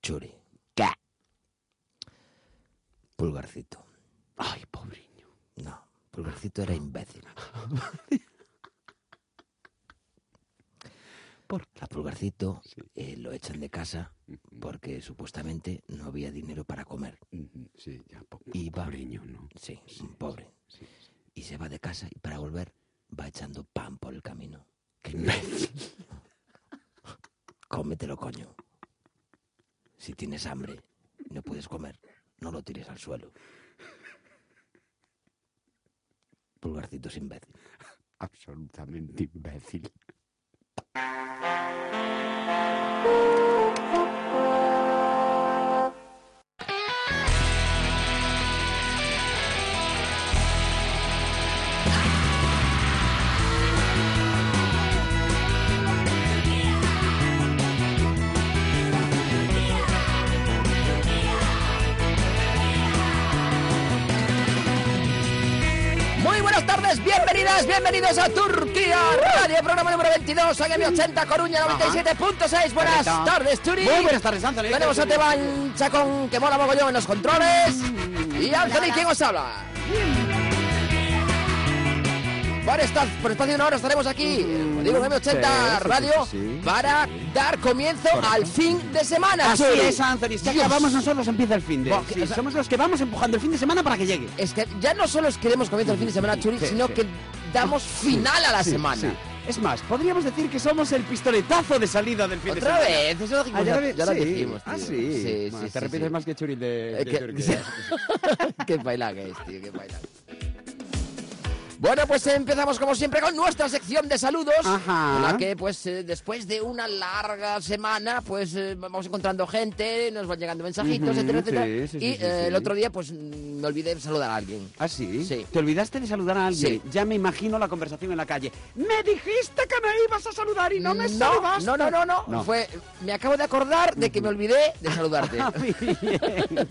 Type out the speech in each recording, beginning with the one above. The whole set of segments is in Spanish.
Churi. ¿Qué? Pulgarcito. Ay, pobreño. No, Pulgarcito era imbécil. ¿Por A Pulgarcito Sí. eh, lo echan de casa porque supuestamente no había dinero para comer. Ujú, Sí, ya. po- Y va. Pobreño, ¿no? Sí, Sí, un pobre. sí, sí. Y se va de casa y para volver va echando pan por el camino. ¡Qué Cómetelo, coño. Si tienes hambre y no puedes comer, no lo tires al suelo. Pulgarcito es imbécil. Absolutamente imbécil. Muy buenas tardes, bienvenidas, bienvenidos a Turquía Radio, programa número 22, AM Mm. 80, Coruña 97.6. Buenas Correcto. tardes, Turi. Muy buenas tardes, Anthony. Tenemos a Teban Chacón, que mola mogollón en los controles. Mm. Y Anthony, ¿quién os habla? Por, esta- por espacio de una hora estaremos aquí, como digo, en M80 Mm. Sí, sí, Radio, sí, sí, sí. para dar comienzo al fin de semana. Así Churi. es, Anthony. Si Dios. acabamos nosotros, empieza el fin de. Bo- que- Sí, o sea- somos los que vamos empujando el fin de semana para que llegue. Es que ya no solo es que demos comienzo al fin de semana, Churi, Sí, sino sí. que damos final a la Sí, semana. sí. Es más, podríamos decir que somos el pistoletazo de salida del fin de Otra semana. vez, eso lo dijimos, Ah, ya lo, ya lo sí. dijimos, tío. Ah, sí. Sí, Bueno, sí, sí, te repites sí. más que Churil de, Eh, de que- Turquía. qué baila que es, tío, qué baila. Bueno, pues empezamos como siempre con nuestra sección de saludos, Ajá. en la que pues eh, después de una larga semana pues eh, vamos encontrando gente, nos van llegando mensajitos, Ujú, etcétera, etcétera. sí, sí, sí, y sí, eh, sí. el otro día pues mm, me olvidé de saludar a alguien. ¿Ah, sí? Sí. Te olvidaste de saludar a alguien. Sí. Ya me imagino la conversación en la calle. Me dijiste que me ibas a saludar y no me no, saludaste. no, no, no, no, No. Fue, me acabo de acordar de que me olvidé de saludarte. Ah, bien.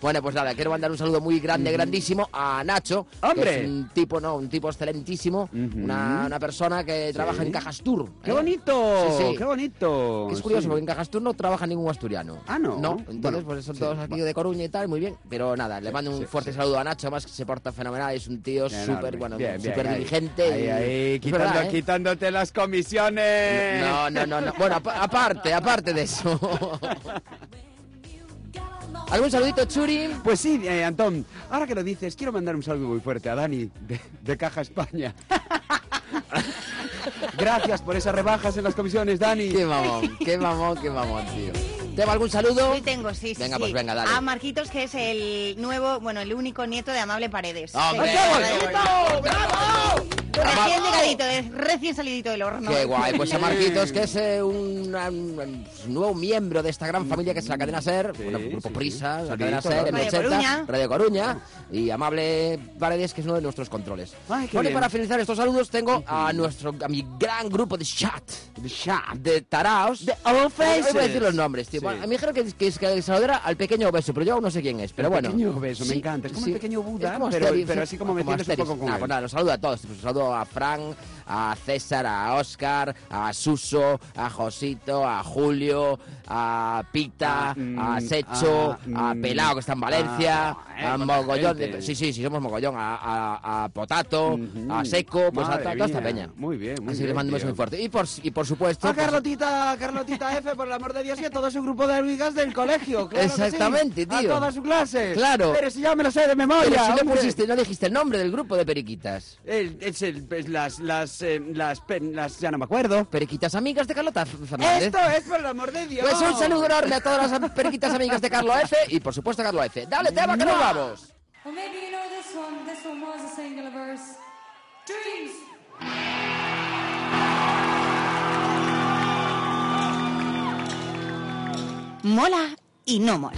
Bueno, pues nada, quiero mandar un saludo muy grande, grandísimo a Nacho. que ¡Hombre! es un tipo, no, un tipo excelentísimo. Ujú. una, una persona que trabaja en Cajas Tour. ¡Qué ¿eh? bonito! Sí, sí. ¡Qué bonito! Que es curioso, Sí. porque en Cajas Tour no trabaja ningún asturiano. Ah, ¿no? No, entonces Bueno, pues son sí, todos aquí bueno. de Coruña y tal, muy bien. Pero nada, le mando un sí, fuerte sí. saludo a Nacho, además que se porta fenomenal, es un tío Enorme. súper, bueno, Bien, bien, súper ahí. diligente. Ahí, y- ahí, es quitando- verdad, ¿eh? quitándote las comisiones. No, no, no, no. Bueno, apa- aparte, aparte de eso. ¿Algún saludito, Churi? Pues sí, eh, Antón, ahora que lo dices, quiero mandar un saludo muy fuerte a Dani de, de Caja España. Gracias por esas rebajas en las comisiones, Dani. Qué mamón, qué mamón, qué mamón, tío. ¿Tengo algún saludo? Sí tengo, sí, sí. Venga, sí. pues venga, dale. A Marquitos, que es el nuevo, bueno, el único nieto de Amable Paredes. ¡Hombre! Sí. ¡Bravo! ¡Bravo! Recién llegadito, de- recién salidito del horno. Ah, Qué guay, pues a Marquitos, que es eh, un, un- un nuevo miembro de esta gran familia que es la cadena Ser, Sí, bueno, Grupo sí, Prisa, sí. la cadena Saludito, Ser, en ¿no? Radio 80, Coruña. Radio Coruña, y Amable Paredes, que es uno de nuestros controles. Ay, qué bueno, y bien. para finalizar estos saludos, tengo a nuestro a mi gran grupo de chat. The Shop. De taraos. The All Faces. Hoy voy a decir los nombres, tío. Sí. Bueno, a mí me dijeron que, que, que saludara al pequeño obeso, pero yo aún no sé quién es. Pero El bueno. pequeño obeso, me encanta. Es como el pequeño Buda, Es como pero- Asterix, pero sí, así como metiéndose un Asterix. poco con Nah, él. pues nada, los saludo a todos. Los saludo a Fran, a César, a Oscar, a Suso, a Josito, a Julio, a Pita, Ah, mm, a Secho, ah, a mm, Pelao, que está en Valencia, ah, eh, a cuánta Mogollón. gente. de- sí, sí, sí, somos Mogollón. A, a- a Potato, Ujú. a Seco, pues a Madre to- toda esta mía. peña. Muy bien, muy Así que bien, les mando un beso tío. Ah, muy fuerte. Y por, y por supuesto. A pues, Carlotita, a Carlotita F, por el amor de Dios, y a todo su grupo de amigas del colegio. claro que sí. Exactamente, tío. A toda su clase. Claro. Pero si ya me lo sé de memoria. Pero si no hombre. pusiste, no dijiste el nombre del grupo de periquitas. El- es el- es las, las, eh, las, pe- las, ya no me acuerdo. Periquitas amigas de Carlota F- Fernández. Esto es por el amor de Dios. Pues un saludo enorme a todas las periquitas amigas de Carlos F. Y por supuesto, Carlos F. Dale tema que nos vamos. Well, maybe you know this one. This one was a singular verse. Dreams. pues. Mola y no mola.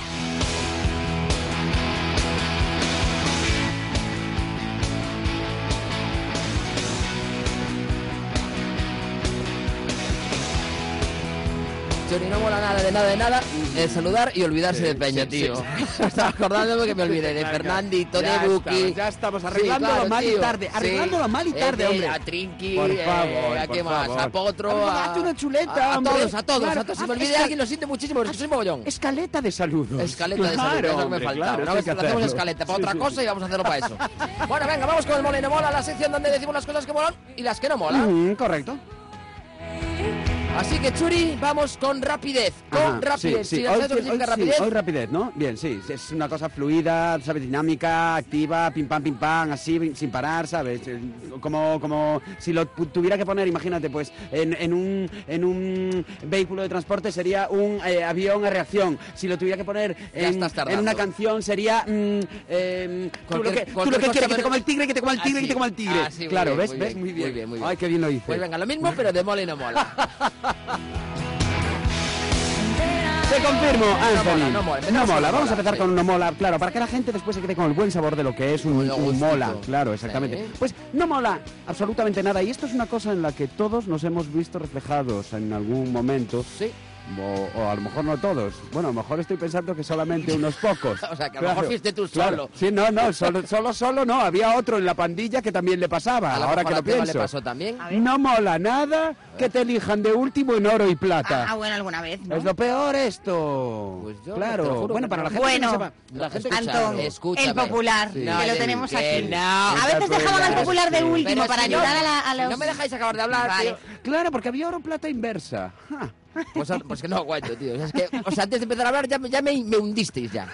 Johnny no mola nada, de nada, de nada, el saludar y olvidarse Sí, de Peña, sí, tío. sí, Estaba acordándome que me olvidé de Claro, claro. Fernandito, de Ya Buki. estamos, ya estamos, arreglándolo mal y tarde, arreglándolo mal y Eh, tarde, eh, hombre. A Trinqui, Por eh, favor, a por qué más, favor. a Potro, Amigo, a... hazte una chuleta, a- a hombre. todos, a todos, Claro, a todos. Si haz- me olvidé es de que- alguien, lo siente muchísimo, porque soy un mogollón. Escaleta de saludos. Escaleta de Claro, saludos, es lo que me hombre, faltaba. Una claro, eso vez hay que hacemos hacerlo. escaleta para Sí, otra sí, cosa y vamos a hacerlo para eso. Bueno, venga, vamos con el Molino Mola, la sección donde decimos las cosas que molan y las que no sí. molan. Mm, correcto. Así que, Churi, vamos con rapidez. Con Ajá, rapidez. sí, sí. Si Hoy sabes lo que sí, significa hoy sí, rapidez, pues hoy rapidez, ¿no? Bien, sí. Es una cosa fluida, ¿sabes? Dinámica, activa, pim pam, pim pam, así, sin parar, ¿sabes? Eh, Como, como si lo pu- tuviera que poner, imagínate, pues, en, en un, en un vehículo de transporte sería un eh, avión a reacción. Si lo tuviera que poner Ya en, estás tardando. en una canción sería. mm, eh, tú lo Cualquier- que, tú cualquier lo que cosa quieres, que te menos- Ah, coma el tigre, que te coma el tigre, Así, que te coma el tigre. así, muy claro, bien, ¿ves? muy ¿Ves? bien, muy, bien. muy bien, muy bien. Ay, qué bien lo hice. pues venga, lo mismo, pero de mole no mola. Te confirmo, Anthony. mola, no mola. Empezamos con no No Vamos mola, a empezar sí. con no mola, claro, para que la gente después se quede con el buen sabor de lo que es Con un, lo un gustito. mola. Claro, exactamente. Sí. Pues no mola absolutamente nada. Y esto es una cosa en la que todos nos hemos visto reflejados en algún momento. Sí. O, o a lo mejor no todos. Bueno, a lo mejor estoy pensando que solamente unos pocos. O sea, que a lo mejor fuiste tú claro. solo. Sí, no, no, solo, solo, solo no. Había otro en la pandilla que también le pasaba, A lo ahora mejor que a lo Teba pienso. le pasó también. A ver. No mola nada que te elijan de último en oro y plata. Ah, ah, bueno, alguna vez, ¿no? Es lo peor esto. Pues yo claro. te lo juro bueno, que para no. la gente que Bueno, no sepa, la gente que Escucha, Antón, escúchame. el popular, Sí. que No, lo del tenemos que aquí. no. A veces dejaban al popular de Sí. Pero último para si no- ayudar a, la- a si los... no me dejáis acabar de hablar, Vale. tío. Claro, porque había oro plata inversa. Ja. Pues, ahora- pues que no aguanto, tío. O sea, es que, o sea, antes de empezar a hablar ya, me- ya me, me hundisteis ya.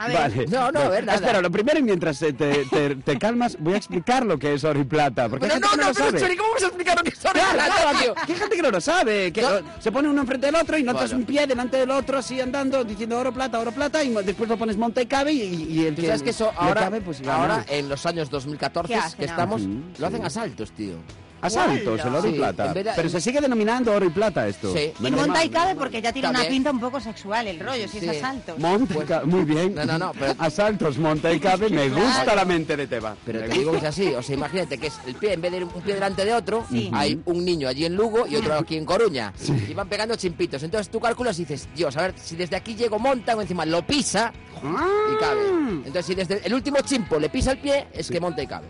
A ver, Vale. No, no, a ver, nada. Espera, lo primero, y mientras eh, te, te- te calmas, voy a explicar lo que es oro y plata. Porque Pero hay gente no, que no, no, lo pero sabe. Churi, ¿cómo vamos a explicar lo que son Claro, las claro, tío? que hay gente que no lo sabe, que No. eh, se pone uno enfrente del otro y notas Bueno. un pie delante del otro así andando, diciendo oro, plata, oro, plata, y mo- después lo pones monta y cabe y, y el Tú que sabes que eso le ahora, cabe, pues gana. ahora en los años 2014 ¿Qué hacen que ahora? estamos, Ujú, lo hacen sí. a saltos, tío. Asaltos, el oro y Sí, en plata. vez de- Pero se sigue denominando oro y plata esto. Sí. y Menos monta y mal. cabe porque ya tiene una También. pinta un poco sexual el rollo, si Sí. es asalto. Monta y Pues- cabe, muy bien. No, no, no, pero- Asaltos, monta y cabe, me gusta la mente de Teba. Pero Me te digo que es así, o sea, imagínate que es el pie, en vez de un pie delante de otro, Sí. hay un niño allí en Lugo y otro aquí en Coruña. Y van pegando chimpitos. Entonces tú calculas y dices, Dios, a ver, si desde aquí llego monta o encima lo pisa y cabe. Ah. Entonces si desde el último chimpo le pisa el pie, es que monta y cabe.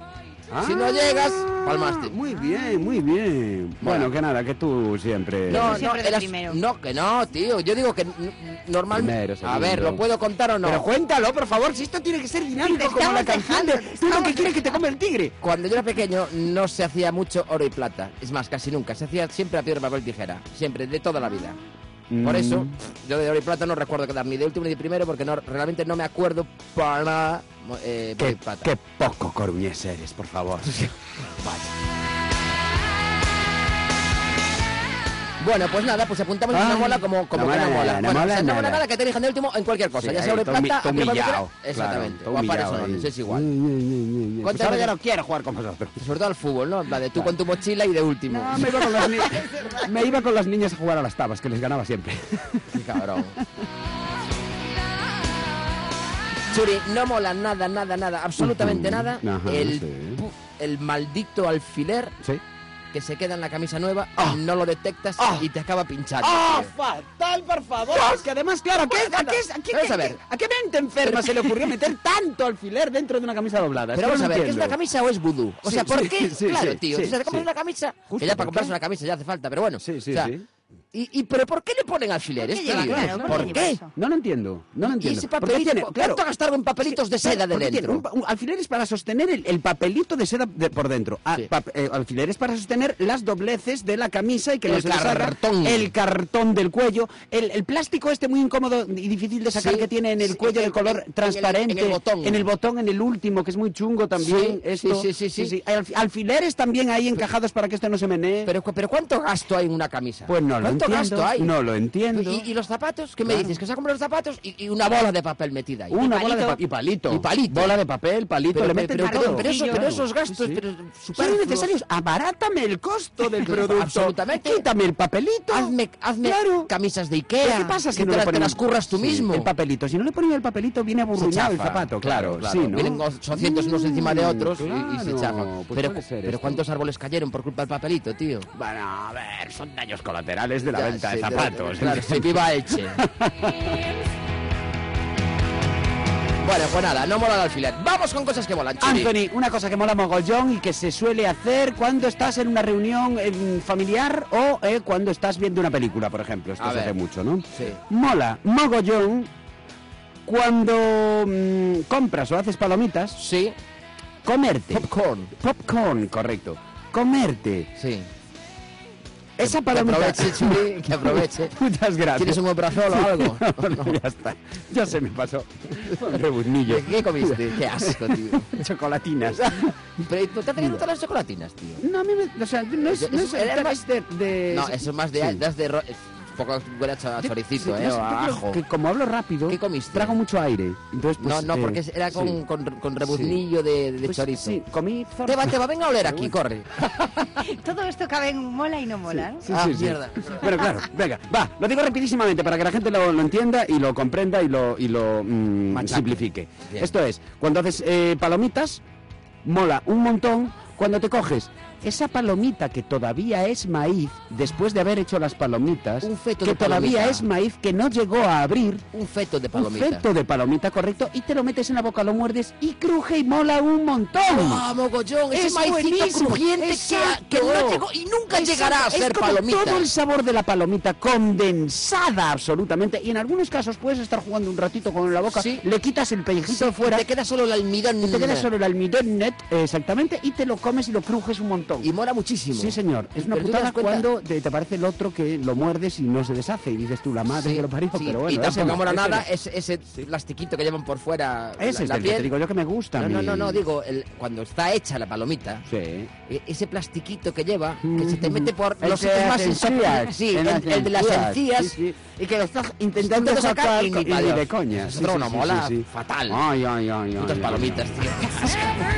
Ah, Si no llegas, palmaste. Muy bien, muy bien. Bueno, que nada, que tú siempre... No, no, Eh, siempre de el as- primero. no, que no, tío. Yo digo que Primero, normalmente... A segundo. ver, ¿lo puedo contar o no? Pero cuéntalo, por favor, si esto tiene que ser dinámico Te como la estamos canción de... dejando, te Tú lo que estamos quieres que te come el tigre. Cuando yo era pequeño no se hacía mucho oro y plata. Es más, casi nunca. Se hacía siempre a piedra, papel, tijera. Siempre, de toda la vida. Mm. Por eso, yo de oro y plata no recuerdo quedar ni de último ni de primero porque no, realmente no me acuerdo para nada, eh, oro y Qué, plata. qué poco coruñés eres, por favor. Bueno, pues nada, pues apuntamos en Ay, una mola como, como no que mola no mola. nada, no Bueno, mola o sea, no mola nada. nada que te elijan de último en cualquier cosa. eh, ya sea oro y plata, a piedra, papel, tijera. Exactamente. o a pares o nones, es igual. Cuéntame- Pues ahora ya no quiero jugar con vosotros. Sobre todo al fútbol, ¿no? En plan de tú con tu mochila y de último. No, me iba, con las ni- me iba con las niñas a jugar a las tabas, que les ganaba siempre. Qué cabrón. Churi, no mola nada, nada, nada, absolutamente Ujú, nada. Mm. ajá, el, sí. puf, el maldito alfiler ¿Sí? que se queda en la camisa nueva, Ah. no lo detectas Ah. y te acaba pinchando. ¡Ah, tío. fatal, por favor! Es que además, claro, ¿a qué, a qué, a qué- Vamos a a qué- ver. a qué mente enferma se le ocurrió meter tanto alfiler dentro de una camisa doblada? Es Pero vamos que no a ver, ¿qué es entiendo. una camisa o es vudú? O Sí, sea, ¿por sí, qué? sí, claro, sí, tío. sí, si te compras sí. una camisa, Justo, que ya ¿por para comprarse qué? una camisa ya hace falta, pero bueno. Sí, sí, o sea, sí. Y, y- ¿Pero por qué le ponen alfileres, ¿Por qué tío? lleva- claro, ¿Por ¿por qué? qué lleva eso? No lo entiendo, no lo Y entiendo. ese ¿Por qué papelito, tiene- claro, ¿cuánto gastaron en papelitos de seda de porque tiene dentro? un pa- un alfileres para sostener el, el papelito de seda de- por dentro. Ah, Sí. pa- eh, alfileres para sostener las dobleces de la camisa y que El no se deshaga. cartón. El cartón del cuello. El, el plástico este muy incómodo y difícil de sacar Sí, que tiene en el sí, cuello en- de color en- en el- transparente. en el botón. En el botón, en el último, que es muy chungo también. Sí, esto. sí, sí, sí, sí. Hay alf- alfileres también ahí encajados para que esto no se menee. Pero, cu- pero ¿cuánto gasto hay en una camisa? Pues no ¿Cuánto lo ¿Cuánto entiendo, gasto hay? No lo entiendo. ¿Y, y los zapatos? ¿Qué me Claro. dices? ¿Que se ha comprado los zapatos? Y, y una bola de papel metida ahí. Una bola de palito. papel. Y palito. Y palito. Bola de papel, palito. Pero, le pero, meten pero- todo. pero eso- Claro. pero esos gastos Sí, sí. pero Son superfluos. innecesarios. Abarátame el costo del producto. Absolutamente. Quítame el papelito. Hazme, hazme Claro. camisas de ¿Pero Ikea. ¿Qué pasa si que te, no le las- te ponen- las curras tú Sí, mismo? El papelito. Si no le ponen el papelito, viene aburruñado el chafa. zapato, claro. Claro, sí, ¿no? Vienen con 800 unos encima de otros y- y, se Claro, chafan. pues pero puede ser pero esto. ¿cuántos árboles cayeron por culpa del papelito, tío? Bueno, a ver, son daños colaterales de la Ya, venta de sí, zapatos. Claro, sí, viva Elche. bueno, pues nada, no mola el alfiler. Vamos con cosas que molan, Churi. Anthony, una cosa que mola mogollón y que se suele hacer cuando estás en una reunión em, familiar o eh, cuando estás viendo una película, por ejemplo. Esto A se ver. hace mucho, ¿no? Sí. Mola mogollón cuando mm, compras o haces palomitas, Sí, comerte. popcorn. Popcorn, correcto. Comerte. Sí. Esa Que palomita. aproveche, Churi, que aproveche. Muchas gracias. ¿Tienes un omeprazol o algo? No, ya está. Ya se me pasó. Un rebuznillo. ¿Qué, qué comiste? Qué asco, tío. Chocolatinas. Pero ¿y por qué te quedan todas las chocolatinas, tío? No, a mí me, o sea, no es, no es, Era era más- de, de- No, eso es más de... Eh, Sí. das de ro- es un poco huele a cho- a Sí, choricito, no ¿eh? sé, O yo a creo ajo. que como hablo rápido, ¿Qué comiste? trago mucho aire. Entonces, No, pues, no, eh, porque era con, sí. con, con rebuznillo de, de Pues chorizo. Sí, comí zorra. Te va, te va, venga a oler aquí, corre. Todo esto cabe en mola y no mola, ¿no? Sí, Ah, sí, sí. mierda. Pero claro, venga, va, lo digo rapidísimamente para que la gente lo, lo entienda y lo comprenda y lo, y lo mm, Machaca. simplifique. Bien. Esto es, cuando haces eh, palomitas, mola un montón cuando te coges esa palomita que todavía es maíz, después de haber hecho las palomitas, Un feto que de todavía palomita. es maíz, que no llegó a abrir, Un feto de un palomita. feto de palomita, correcto, y te lo metes en la boca, lo muerdes y cruje y mola un montón. ¡Ah, mogollón! Ese Es maicito buenísimo, crujiente exacto. que, que no llegó y nunca Exacto, llegará a es ser como palomita. Todo el sabor de la palomita condensada absolutamente. Y en algunos casos puedes estar jugando un ratito con la boca, Sí. le quitas el pellejito Sí, fuera, Te queda solo el almidón. te queda solo el almidón net, exactamente, y te lo comes y lo crujes un montón. Y mola muchísimo. Sí, señor. Es una Pero tú te putada das cuenta- cuando te, te parece el otro que lo muerdes y no se deshace. Y dices tú, la madre Sí, que lo parió, sí, pero bueno. y ese tampoco no, mola ese nada no. ese, ese plastiquito que llevan por fuera la- Ese es la, del que te piel. digo yo que me gusta. a no, no, mí. no, no, digo, el- cuando está hecha la palomita, Sí. e- ese plastiquito que lleva, que se te mete por El los que sitios las más encías, insólitos, sí, en el, las el de las encías, encías, sí, y que lo estás Intentando intentando sacar y ni pa' ni Dios. de coña. Eso Sí, no sí, sí, mola sí, sí. fatal. Ay, ay, ay, Putas ay, palomitas, ay, ay. tío. Never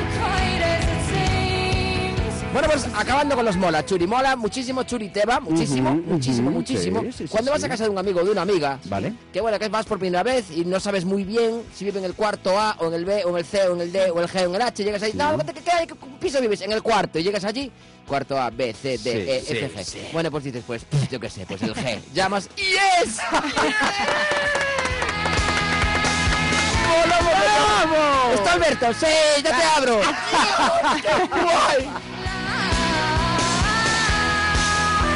quite as it seems. Bueno, pues acabando con los mola, Churi. Mola muchísimo, Churi. Te va muchísimo, Ujú, ujú, muchísimo, sí, muchísimo. sí, sí, Cuando sí. vas a casa de un amigo o de una amiga, Vale. que bueno, que vas por primera vez y no sabes muy bien si vive en el cuarto A o en el B o en el C o en el D o en el G o en el H, llegas ahí, no, que te queda que piso vives en el cuarto y llegas allí, cuarto A, B, C, D, Sí, E, sí, F, G. sí. Bueno, pues dices, pues, pff, yo qué sé, pues el G. Llamas, ¡Yes! ¡Volamos, volamos! está Alberto! ¡Sí, ya te abro! ¡Qué guay!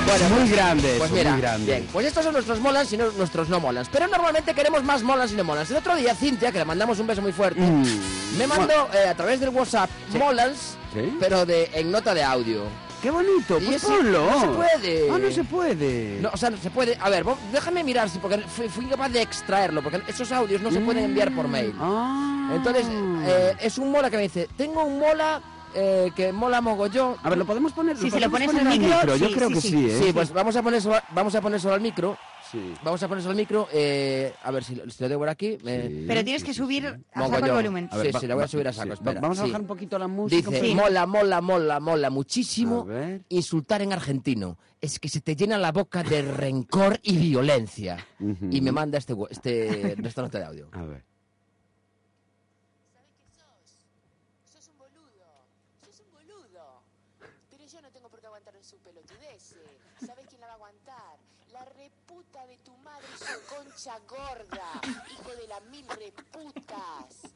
Bueno, Muy pues- grande pues eso, mira, muy grande. bien, pues estos son nuestros molas y no- nuestros no molas. Pero normalmente queremos más molas y no molas. El otro día, Cintia, que le mandamos un beso muy fuerte, Mm. me mandó eh, a través del WhatsApp molas, Sí. pero de, en nota de audio. ¡Qué bonito! Y Pues ese- ponlo. no se puede. Ah, no se puede. No, o sea, no se puede. A ver, vo- déjame mirar, si- porque fui, fui incapaz de extraerlo, porque esos audios no se pueden enviar por mail. Mm. Ah. Entonces, eh, es un mola que me dice: Tengo un mola eh, que mola mogollón. A ver, ¿lo podemos poner? Si ¿Lo se lo podemos pones poner al micro, Yo sí, creo sí, que sí. sí, ¿eh? Sí, pues vamos a poner solo- vamos a poner solo al micro. Sí. Vamos a ponerse al micro. eh, a ver si lo, si lo tengo por aquí. eh, Sí. Pero tienes que subir a saco el Mogollón. volumen. A ver, Sí, sí, la voy a subir a saco, Va- espera, Vamos a sí. bajar un poquito la música. Dice, Sí. mola, mola, mola, mola muchísimo A ver. insultar en argentino. Es que se te llena la boca de rencor y violencia. Ujú. Y me manda este, wo- este esta nota de audio. A ver. ¿Sabes qué sos? Sos un boludo. Sos un boludo. Pero yo no tengo por qué aguantar su pelotudez. ¿Sabes quién la va a aguantar? La reputa de tu madre, su concha gorda. Hijo de la mil reputas.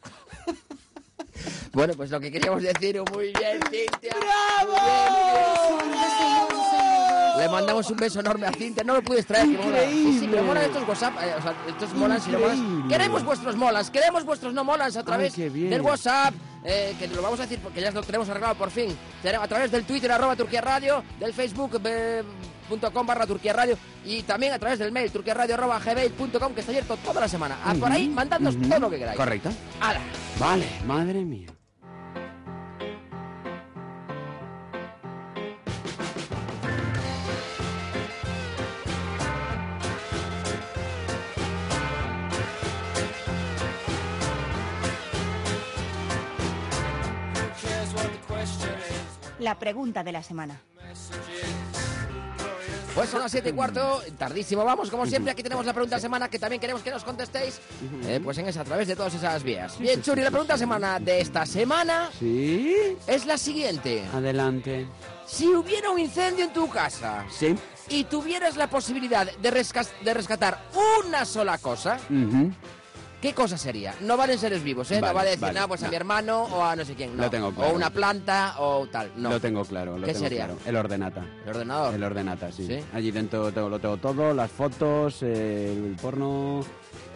Bueno, pues lo que queríamos decir, muy bien, Cintia. This one, this one was the same universe. Le mandamos un beso enorme a Cintia. No lo pude traer. que mola. Increíble. Sí, sí, pero molan estos WhatsApp. eh, o sea, estos molas y no molas. Increíble. Queremos vuestros molas. Queremos vuestros no molas a través qué bien. del WhatsApp. eh, que lo vamos a decir porque ya lo tenemos arreglado por fin. Será A través del Twitter, arroba Turquía Radio. Del Facebook, eh, punto com barra Turquía Radio. Y también a través del mail, turquiaradio arroba gmail.com, que está abierto toda la semana. Ah, por ahí, mandadnos todo lo que queráis. Correcto. ¡Hala! Vale, madre mía. la pregunta de la semana. Pues son las 7 y cuarto, tardísimo. Vamos, como siempre, aquí tenemos la pregunta de semana que también queremos que nos contestéis. eh, pues en esa, a través de todas esas vías. Bien, Churi, la pregunta de semana de esta semana Sí. es la siguiente. Adelante. Si hubiera un incendio en tu casa Sí. y tuvieras la posibilidad de, rescas- de rescatar una sola cosa, Ujú. ¿qué cosa sería? No valen seres vivos, ¿eh? no Vale, vale decir, vale, "Ah, pues a no. mi hermano o a no sé quién. No. Lo tengo claro. O una planta o tal. No. Lo tengo claro. Lo ¿Qué tengo sería? claro. El ordenata. El ordenador. El ordenata, sí. ¿Sí? Allí dentro tengo- lo tengo todo, las fotos, eh, el porno,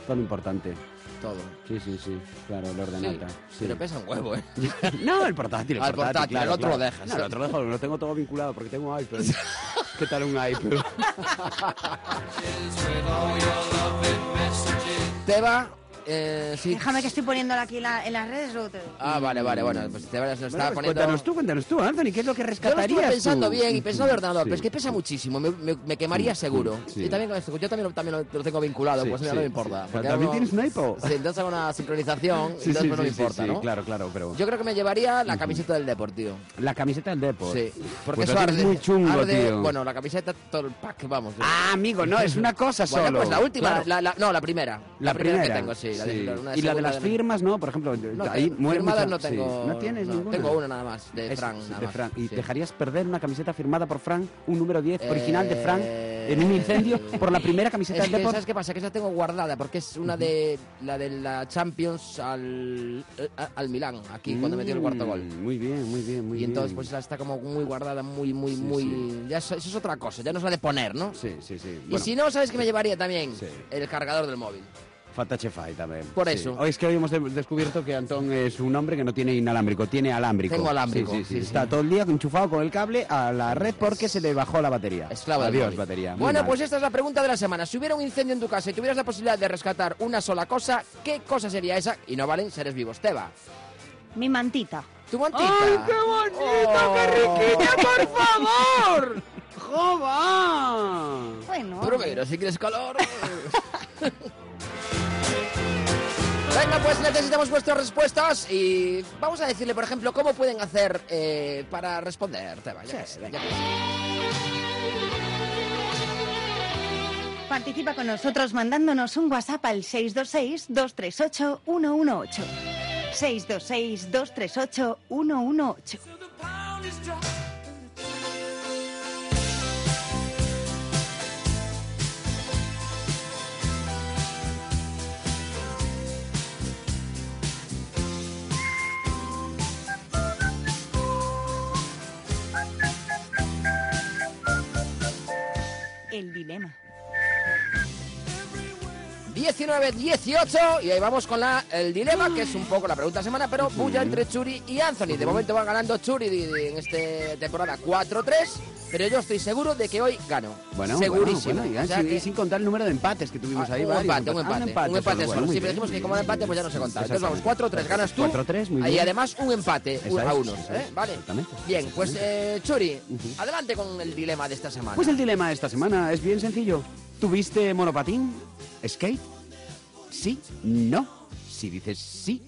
todo lo importante. Todo. Sí, sí, sí, claro, el Sí, ordenata. sí. Pero pesa un huevo, ¿eh? No, el portátil, el Ah, el portátil, portátil, claro, el otro claro. lo dejas. No, el otro lo dejo, lo tengo todo vinculado porque tengo un iPhone. ¿Qué tal un iPhone? Teba, eh, sí. Déjame que estoy poniéndola aquí la- en las redes, luego te doy. Ah, vale, vale, bueno, pues Teba nos Mm. Bueno, estaba pues poniendo... Cuéntanos tú, cuéntanos tú, Anthony, ¿qué es lo que Yo lo rescatarías estuve pensando tú? Mm, bien y pensando de ordenador, Sí. pero es que pesa muchísimo, me, me- me quemaría Sí, seguro. sí. Y también con esto, yo también, lo- también lo lo tengo vinculado, Sí, pues mira, sí, no me importa. sí. porque También hago- tienes un iPod. Sí, entonces hago una sincronización, Sí, entonces sí, pues no sí, me sí, importa, sí, ¿no? claro, claro, pero... Yo creo que me llevaría la camiseta del Deportivo. La camiseta del Depor. Sí, porque Pues lo eso tienes arde. muy chungo, arde- tío. Bueno, la camiseta, todo el pack, vamos. Ah, amigo, no, es una cosa solo. bueno, pues la última, Claro. la, la- no, la primera. La, primera, que tengo, sí. La de- sí. una y la de segunda las firmas, no, por ejemplo, de- No, ahí muere firmadas mucha- no tengo. sí. No tienes ninguna. Tengo una nada más, de Es- Frank. sí, nada de más, Frank. ¿Y sí. dejarías perder una camiseta firmada por Frank, un número 10 Eh, original de Frank, en un incendio por la primera camiseta Es del que, Depor? ¿Sabes qué pasa? Que esa tengo guardada porque es una de la de la Champions al, eh, al Milán, aquí cuando metió el cuarto gol. Mm, Muy bien, muy bien, muy bien. Y entonces pues esa está como muy guardada, muy, muy, muy... sí. Ya eso, eso es otra cosa, ya no es la de poner, ¿no? Sí, sí, sí. Y si no, ¿sabes qué me llevaría también? Sí. El cargador del móvil. Fatachefai también. Por sí. eso. Hoy es que hoy hemos de- descubierto que Antón es un hombre que no tiene inalámbrico, tiene alámbrico. Tengo alámbrico, Sí, sí, sí. sí, sí. Está todo el día enchufado con el cable a la red porque se le bajó la batería. Esclavo del Adiós, móvil. batería. Muy Bueno, mal. pues esta es la pregunta de la semana. Si hubiera un incendio en tu casa y tuvieras la posibilidad de rescatar una sola cosa, ¿qué cosa sería esa? Y no valen seres vivos. Teba. Mi mantita. Tu mantita. Oh. ¡Ay, qué bonito, qué riquita, por favor! ¡Jova! Bueno. Primero, si quieres calor. Venga, pues necesitamos vuestras respuestas y vamos a decirle, por ejemplo, cómo pueden hacer eh, para responder. Teba, ya que sí, ya que sí. Participa con nosotros mandándonos un WhatsApp al 626-238-118. 626-238-118. El dilema. 19, 18 y ahí vamos con la, el dilema, que es un poco la pregunta de semana, pero bulla entre Churi y Anthony. De momento va ganando Churi di- di- en esta temporada 4-3, pero yo estoy seguro de que hoy gano. Bueno, Segurísimo. bueno, bueno, ya O sea sin, que- sin contar el número de empates que tuvimos Ah, ahí. un, varios. empate, un Ah, empate, un empate solo. bueno, muy Sí, pero bien. decimos que como era empate, pues ya no se contaba. Entonces vamos, Exactamente. 4-3, ganas tú. 4-3, muy Y bien. además un empate Eso a es, uno. eso ¿eh? es, Vale. exactamente, Bien, pues eh, Churi, Ujú. adelante con el dilema de esta semana. Pues el dilema de esta semana es bien sencillo. ¿Tuviste monopatín? ¿Skate? Sí, no. Si dices sí,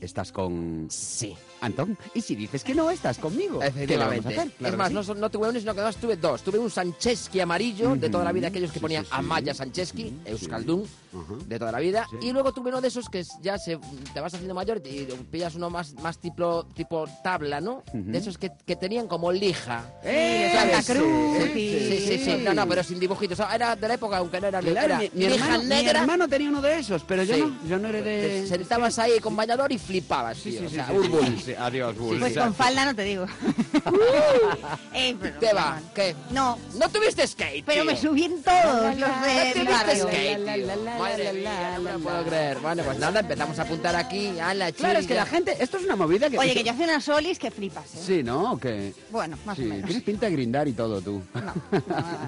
estás con Sí. Antón. Y si dices que no, estás conmigo. ¿Qué le vamos a Efectivamente. hacer? Claro es que más, sí. no, son- no tuve uno, sino que dos, tuve dos. Tuve un Sancheschi amarillo de toda la vida, aquellos que Sí, ponían sí, sí. Amaya Sancheschi, Sí, sí. Euskaldun, Ajá. de toda la vida. Sí. Y luego tuve uno de esos que es- ya se, te vas haciendo mayor y te pillas uno más, más tipo, tipo tabla, ¿no? De esos que, que tenían como lija. ¡Eh! Santa ese, Cruz ese, y- Sí, sí, sí. No, no, pero sin dibujitos. O sea, Era de la época, aunque no era Claro, era mi, mi lija hermano, mi negra. hermano tenía uno de esos, pero yo Sí. no, yo no heredé... pues, Te sentabas ahí con bañador y flipabas, tío. o sea, un bull. Adiós, Bull. Pues con falda no te digo. Eh, pero Te va, no. ¿qué? No, No tuviste skate, pero tío. me subí en todos los No del tuviste barrio. skate, tío. Madre mía, no me lo puedo creer. Bueno, pues nada, empezamos a apuntar aquí a la chica. Claro, es que la gente... Esto es una movida que... Oye, que yo hacía unas solis que flipas, ¿eh? Sí, ¿no? Que... Bueno, más Sí, o menos. tienes pinta de grindar y todo tú.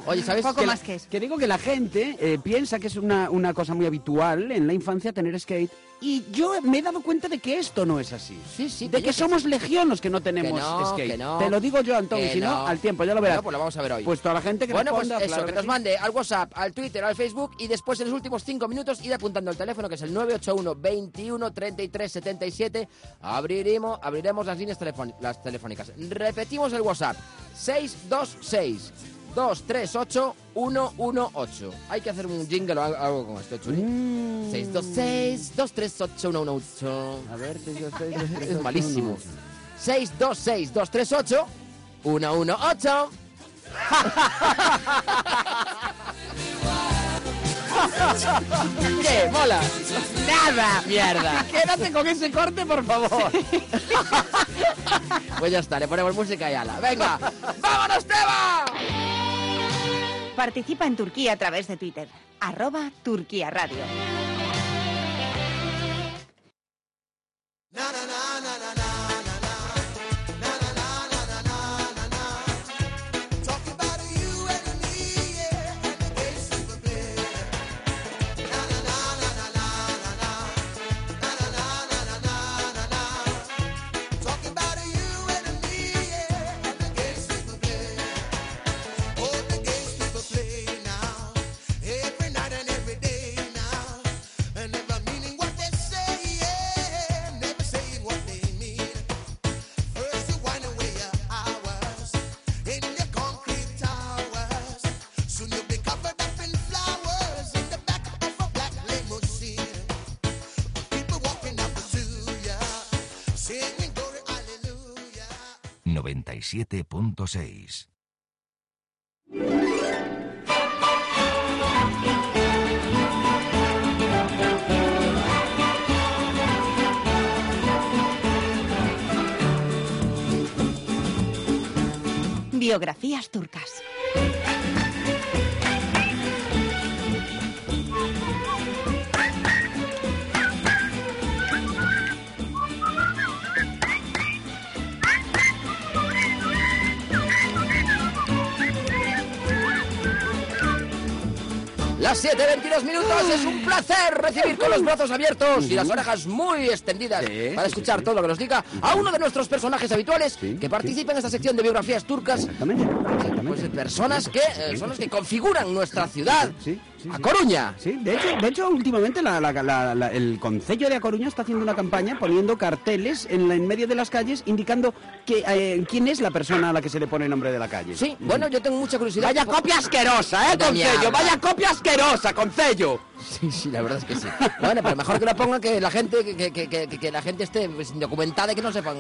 Oye, ¿sabes Poco que la- más que eso. Que digo que la gente eh, piensa que es una, una cosa muy habitual en la infancia tener skate Y yo me he dado cuenta de que esto no es así. Sí, sí, De que que yo- somos legión los que no tenemos no, skate. que no. Te lo digo yo, Antonio, Que si no, no. al tiempo, ya lo Bueno, verás. pues lo vamos a ver hoy. Pues toda la gente que Bueno, pues responda, eso, claro que que nos sí. mande al WhatsApp, al Twitter, al Facebook y después en los últimos cinco minutos ir apuntando al teléfono que es el 981 21 33 77. Abriremos, abriremos las líneas telefón- las telefónicas. Repetimos el WhatsApp: 626 238 118. Hay que hacer un jingle o al- algo con esto, Churi. 626 238 118. A ver, seis, dos, seis, dos, tres, Es dos, malísimo. uno. 626 238 118. ¿Qué? ¿Mola? ¡Nada! ¡Mierda! Quédate con ese corte, por favor. Pues ya está, le ponemos música y ala. ¡Venga! ¡Vámonos, Teba! Participa en Turquía a través de Twitter. Arroba Turquía Radio. Oh, Singing glory, hallelujah. 97.6. Biografías turcas. Las 7.22 minutos, es un placer recibir con los brazos abiertos y las orejas muy extendidas Sí, para sí, escuchar sí. todo lo que nos diga a uno de nuestros personajes habituales Sí, que sí. participa en esta sección de biografías turcas Exactamente, exactamente. Pues de personas que eh, son los que configuran nuestra ciudad. Sí, sí, a sí. Coruña. Sí, de hecho, de hecho últimamente la- la- la- la- el Concello de A Coruña está haciendo una campaña poniendo carteles en, la- en medio de las calles indicando que, eh, quién es la persona a la que se le pone el nombre de la calle. Sí, bueno, yo tengo mucha curiosidad. Vaya por- copia asquerosa, ¿eh, De mierda. Concello? Vaya copia asquerosa, Concello. Sí, sí, la verdad es que sí. Bueno, pero mejor que lo pongan que la gente que, que- que- que- que la gente esté pues, indocumentada y que no sepan.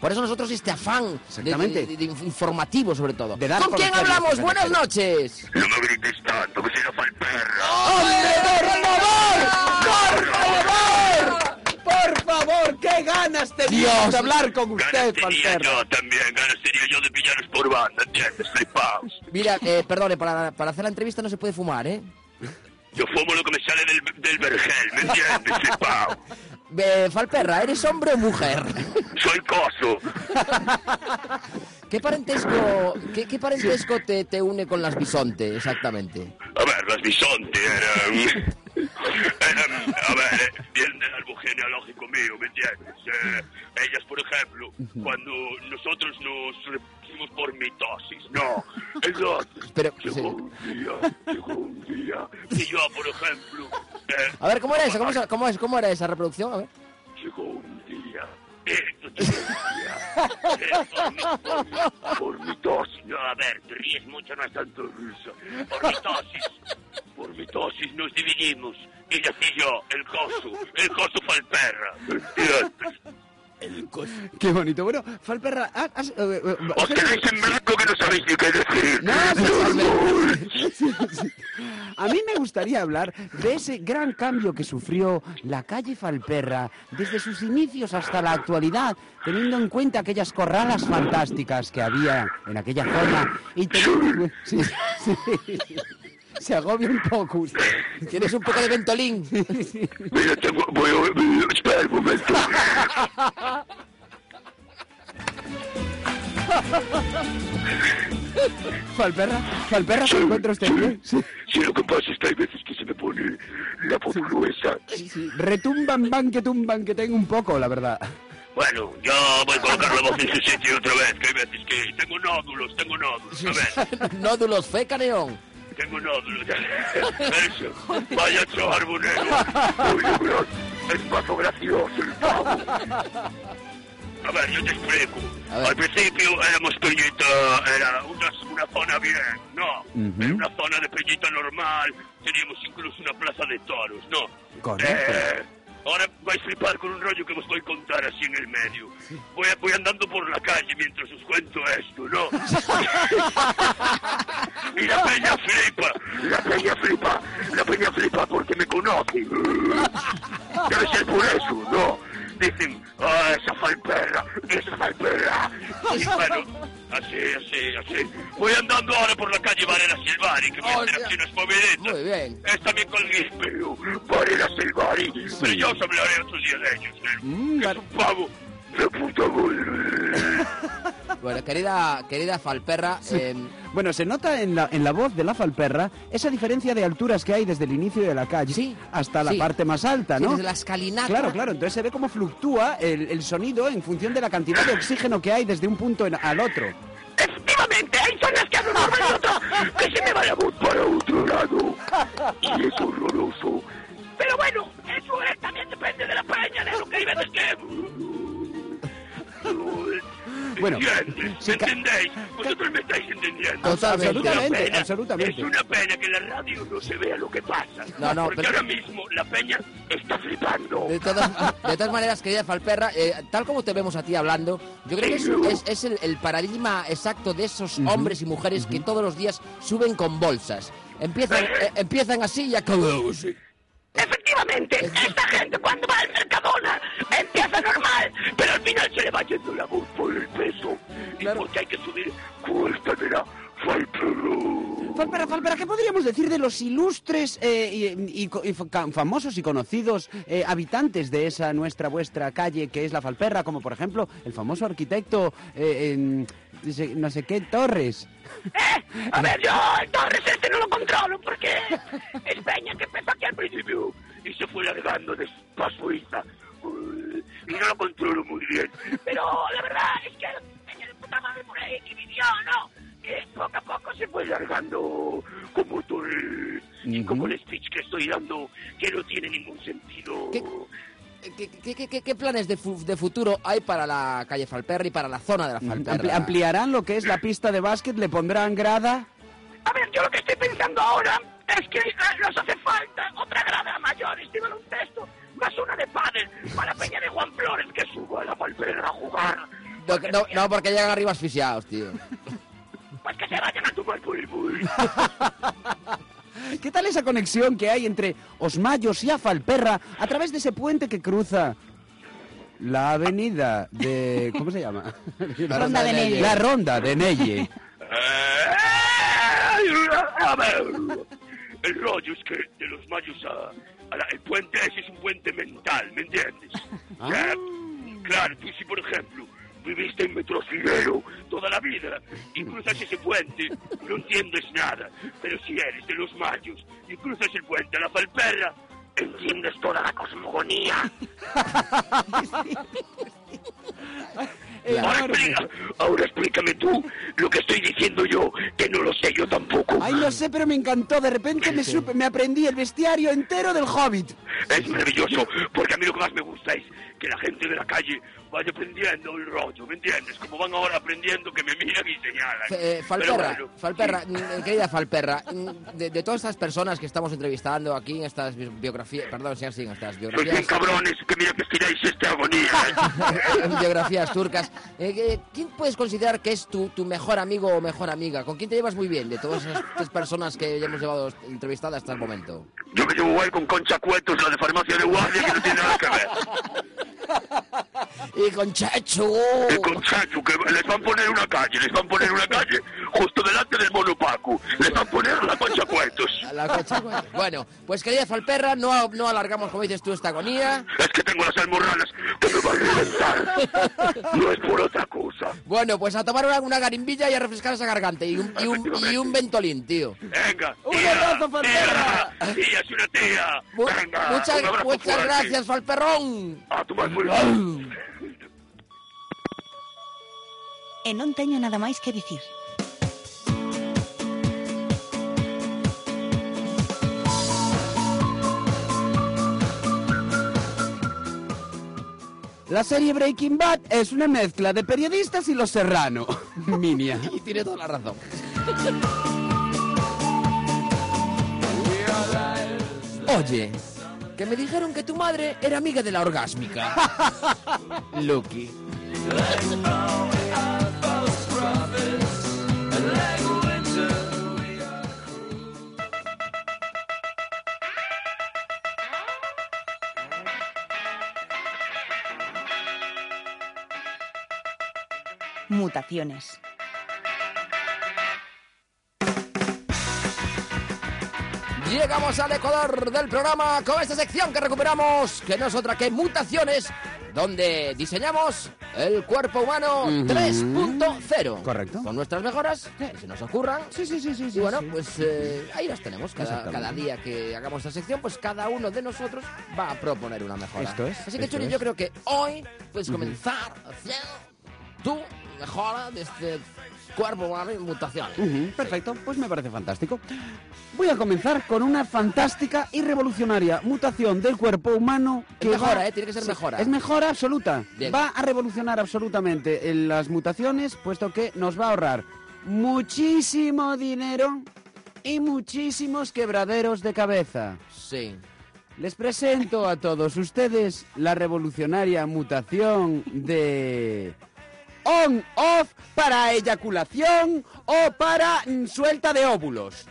Por eso nosotros este afán de- Exactamente. de- de inf- informativo sobre todo. De dar ¿Con a quién conocer hablamos? nuestra Buenas cartera. noches. No me grites tanto, que será pa'l perro. Ah, ¡Hombre, por favor! ¡Por favor! ¡Por favor! ¡Qué ganas teníamos de hablar con Ganas usted, tenía Pantera! yo también, ganas tenía yo de pillaros por banda, ¿entiendes? Flipaos. Mira, eh, perdone, para, para hacer la entrevista no se puede fumar, ¿eh? Yo fumo lo que me sale del, del vergel, ¿me entiendes? Flipaos. Eh, Falperra, ¿eres hombre o mujer? Soy coso. ¿Qué parentesco, qué, qué parentesco te, te une con las bisonte, exactamente? A ver, las bisonte eran... eran a ver, eh, vienen del árbol genealógico mío, ¿me entiendes? Eh, ellas, por ejemplo, cuando nosotros nos reproducimos por mitosis, no. Entonces, Pero, sí. llegó un día, llegó un día, que yo, por ejemplo... eh, A ver, ¿cómo era eso? ¿Cómo, se- cómo es, cómo era esa reproducción? A ver. Llegó un día. Esto llegó un día. eh, por mi- por mi- Por mi tosis. No, a ver, te ríes mucho, no es tanto ruso. Por mi tosis. Por mi tosis nos dividimos. Ella y yo, el coso. El coso fue el perra. Qué bonito. Bueno, Falperra, has- has- eh, eh, Os tenéis en blanco que no sabéis ni qué decir. No, sí, sí, sí. Sí, sí. A mí me gustaría hablar de ese gran cambio que sufrió la calle Falperra desde sus inicios hasta la actualidad, teniendo en cuenta aquellas corralas fantásticas que había en aquella zona. Y teniendo- sí, sí. Se agobia un poco usted. Tienes un poco de ventolín. Mira, tengo... Voy a... Espera un momento. Falperra, Falperra se encuentra usted bien. Sí, sí, lo que pasa es que hay veces que se me pone la voz gruesa. Retumban, ban, que tumban, que tengo un poco, la verdad. Bueno, yo voy a colocar la voz en su sitio otra vez, que hay veces que tengo nódulos, tengo nódulos, a ver, Nódulos feca neón. tengo nódulos. Eso, vaya charbonero. Uy, Dios, es paso gracioso el pavo. A ver, yo te explico. A ver. Al principio éramos Peñita, era una, una zona bien, no, era una zona de Peñita normal, teníamos incluso una plaza de toros, no. Correcto. Eh, ahora vais a flipar con un rollo que os voy a contar así en el medio. Voy, voy andando por la calle mientras os cuento esto, ¿no? y la peña flipa, la peña flipa, la peña flipa porque me conoce. Debe ser por eso, ¿no? Dicen, ah, esa falperra, esa falperra. Y bueno, así, así, así. Voy andando ahora por la calle Varela Silvari, que Oh, me ya. aquí unas moviditas. Muy bien. Es también con Gispeo, Varela Silvari. Pero yo os hablaré otro día de ellos, ¿eh? Mm, Que vale. es un pavo de puta madre. Bueno, querida, querida Falperra, em, Bueno, se nota en la, en la voz de la Falperra esa diferencia de alturas que hay desde el inicio de la calle Sí, hasta la sí. parte más alta, sí, ¿no? desde la escalinata. Claro, claro, entonces se ve cómo fluctúa el, el sonido en función de la cantidad de oxígeno que hay desde un punto en- al otro. Efectivamente, hay zonas que hablan normal que se me va la voz para otro lado. Y es horroroso. Pero bueno, eso es, también depende de la peña, de lo que mm, hay veces que... Bueno, ¿Entiendes? sí, ca- ¿Entendéis? Vosotros me estáis entendiendo. Totalmente. Absolutamente, Es una pena, absolutamente. Es una pena que en la radio no se vea lo que pasa. No, no, porque pero- ahora mismo la peña está flipando. De todas, de todas maneras, querida Falperra, eh, tal como te vemos a ti hablando, yo creo que es, es- es el, el paradigma exacto de esos hombres y mujeres que todos los días suben con bolsas. Empiezan, eh, empiezan así y acaban así. Efectivamente, esta gente cuando va al Mercadona empieza normal, pero al final se le va yendo la voz por el peso. Y porque hay que subir cuesta de la falperro. Falpera, Falpera, ¿qué podríamos decir de los ilustres eh, y, y co- y fa- ca- famosos y conocidos eh, habitantes de esa nuestra, vuestra calle que es la Falperra? Como por ejemplo el famoso arquitecto, eh, en- dice, no sé qué, Torres. ¡Eh! A ver, yo el Torres este no lo controlo porque es Peña que empezó aquí al principio y se fue largando de pasuiza. Y no lo controlo muy bien. Pero la verdad es que Peña de puta madre por ahí que vivió, ¿no? Que poco a poco se fue largando como Torres y como el speech que estoy dando que no tiene ningún sentido. ¿Qué? ¿Qué, qué- qué- qué- qué planes de, fu- de futuro hay para la calle Falperra y para la zona de la Falperra? Ampli- ampliarán lo que es la pista de básquet, le pondrán grada. A ver, yo lo que estoy pensando ahora es que eh, nos hace falta otra grada mayor, este baloncesto, más una de pádel para la peña de Juan Flores que suba a la Valverde a jugar. No, no, no, porque llegan arriba asfixiados, tío. Pues que se vayan a tomar por el bull. ¿Qué tal esa conexión que hay entre Osmayos y Afalperra a través de ese puente que cruza la avenida de... ¿Cómo se llama? La Ronda de Nelle. La Ronda de Nelle. A ver, el rollo es que de los mayos a, a la- el puente ese es un puente mental, ¿me entiendes? Eh, Claro, tú si por ejemplo viviste en Metrocilero toda la vida y cruzas ese puente, no entiendes nada. Pero si eres de los mayos y cruzas el puente a la Falperra, entiendes toda la cosmogonía. Ahora, explica- ahora explícame tú lo que estoy diciendo yo, que no lo sé yo tampoco. Ay, no sé, pero me encantó. De repente me, supe- me aprendí el bestiario entero del Hobbit. Es maravilloso, porque a mí lo que más me gusta es que la gente de la calle vaya aprendiendo el rollo, ¿me entiendes? Como van ahora aprendiendo que me miran y señalan. Fe- eh, Pero Falperra, bueno, Falperra, sí. mm, querida Falperra, mm, de, de todas estas personas que estamos entrevistando aquí en estas bi- biografías, perdón, sí, sí, en estas Sois bien biografías, cabrones, que mira que estiráis esta agonía. ¿eh? en biografías turcas, eh, eh, ¿quién puedes considerar que es tu, tu mejor amigo o mejor amiga? ¿Con quién te llevas muy bien de todas estas personas que ya hemos llevado entrevistadas hasta el momento? Yo me llevo guay con Concha Cuetos, la de farmacia de guardia, que no tiene nada que ver. Y con Chechu. Y con Chacho, que les van a poner una calle, les van a poner una calle justo delante del monopaco. Les van a poner la Concha Cuetos. A la cocha, güey. Bueno, pues querida Falperra, no, no alargamos, como dices tú, esta agonía. Es que tengo las almorranas que me va a reventar. No es por otra cosa. Bueno, pues a tomar una, una garimbilla y a refrescar esa garganta. Y un, y un, y un ventolín, tío. Venga. Un tía, abrazo, Pantera. tía. Tía, es una tía. Mu- Venga. muchas un abrazo muchas fuerte. Ah, gracias, Falperrón. A tomar por el... E non teño nada máis que dicir. La serie Breaking Bad es una mezcla de periodistas y los serrano. Minia. Y tiene toda la razón. Oye, que me dijeron que tu madre era amiga de la orgásmica. Lucky. Mutaciones. Llegamos al Ecuador del programa con esta sección que recuperamos, que no es otra que mutaciones, donde diseñamos el cuerpo humano 3.0. Correcto. Con nuestras mejoras, que se nos ocurran. Sí, sí, sí, sí. Y bueno, pues eh, ahí las tenemos. Cada, Exactamente. cada día que hagamos esta sección, pues cada uno de nosotros va a proponer una mejora. Esto es, Así que, esto Churi, es. yo creo que hoy puedes comenzar haciendo tu mejora de este cuerpo humano y mutaciones. Ujú, perfecto, pues me parece fantástico. Voy a comenzar con una fantástica y revolucionaria mutación del cuerpo humano que mejora, va- ¿eh? Tiene que ser mejora. Es mejora absoluta. Bien. Va a revolucionar absolutamente en las mutaciones, puesto que nos va a ahorrar muchísimo dinero y muchísimos quebraderos de cabeza. Sí. Les presento a todos ustedes la revolucionaria mutación de on-off para eyaculación o para mm, suelta de óvulos.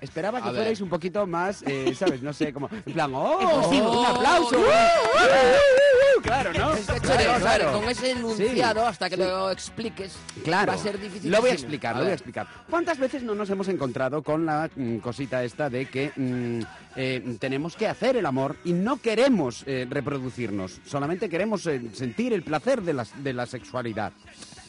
Esperaba que A ver. fuerais un poquito más, eh, ¿sabes? No sé, como en plan, ¡oh! Efusivo. ¡Un aplauso! ¡Uh! ¡Uh! claro, ¿no? Es que, Claro, Churi, vamos a ver, claro. con ese enunciado, hasta que lo expliques, Claro. va a ser difícil. Lo voy a explicar, A lo voy a ver. explicar. ¿Cuántas veces no nos hemos encontrado con la mm, cosita esta de que mm, eh, tenemos que hacer el amor y no queremos eh, reproducirnos? Solamente queremos eh, sentir el placer de la, de la sexualidad.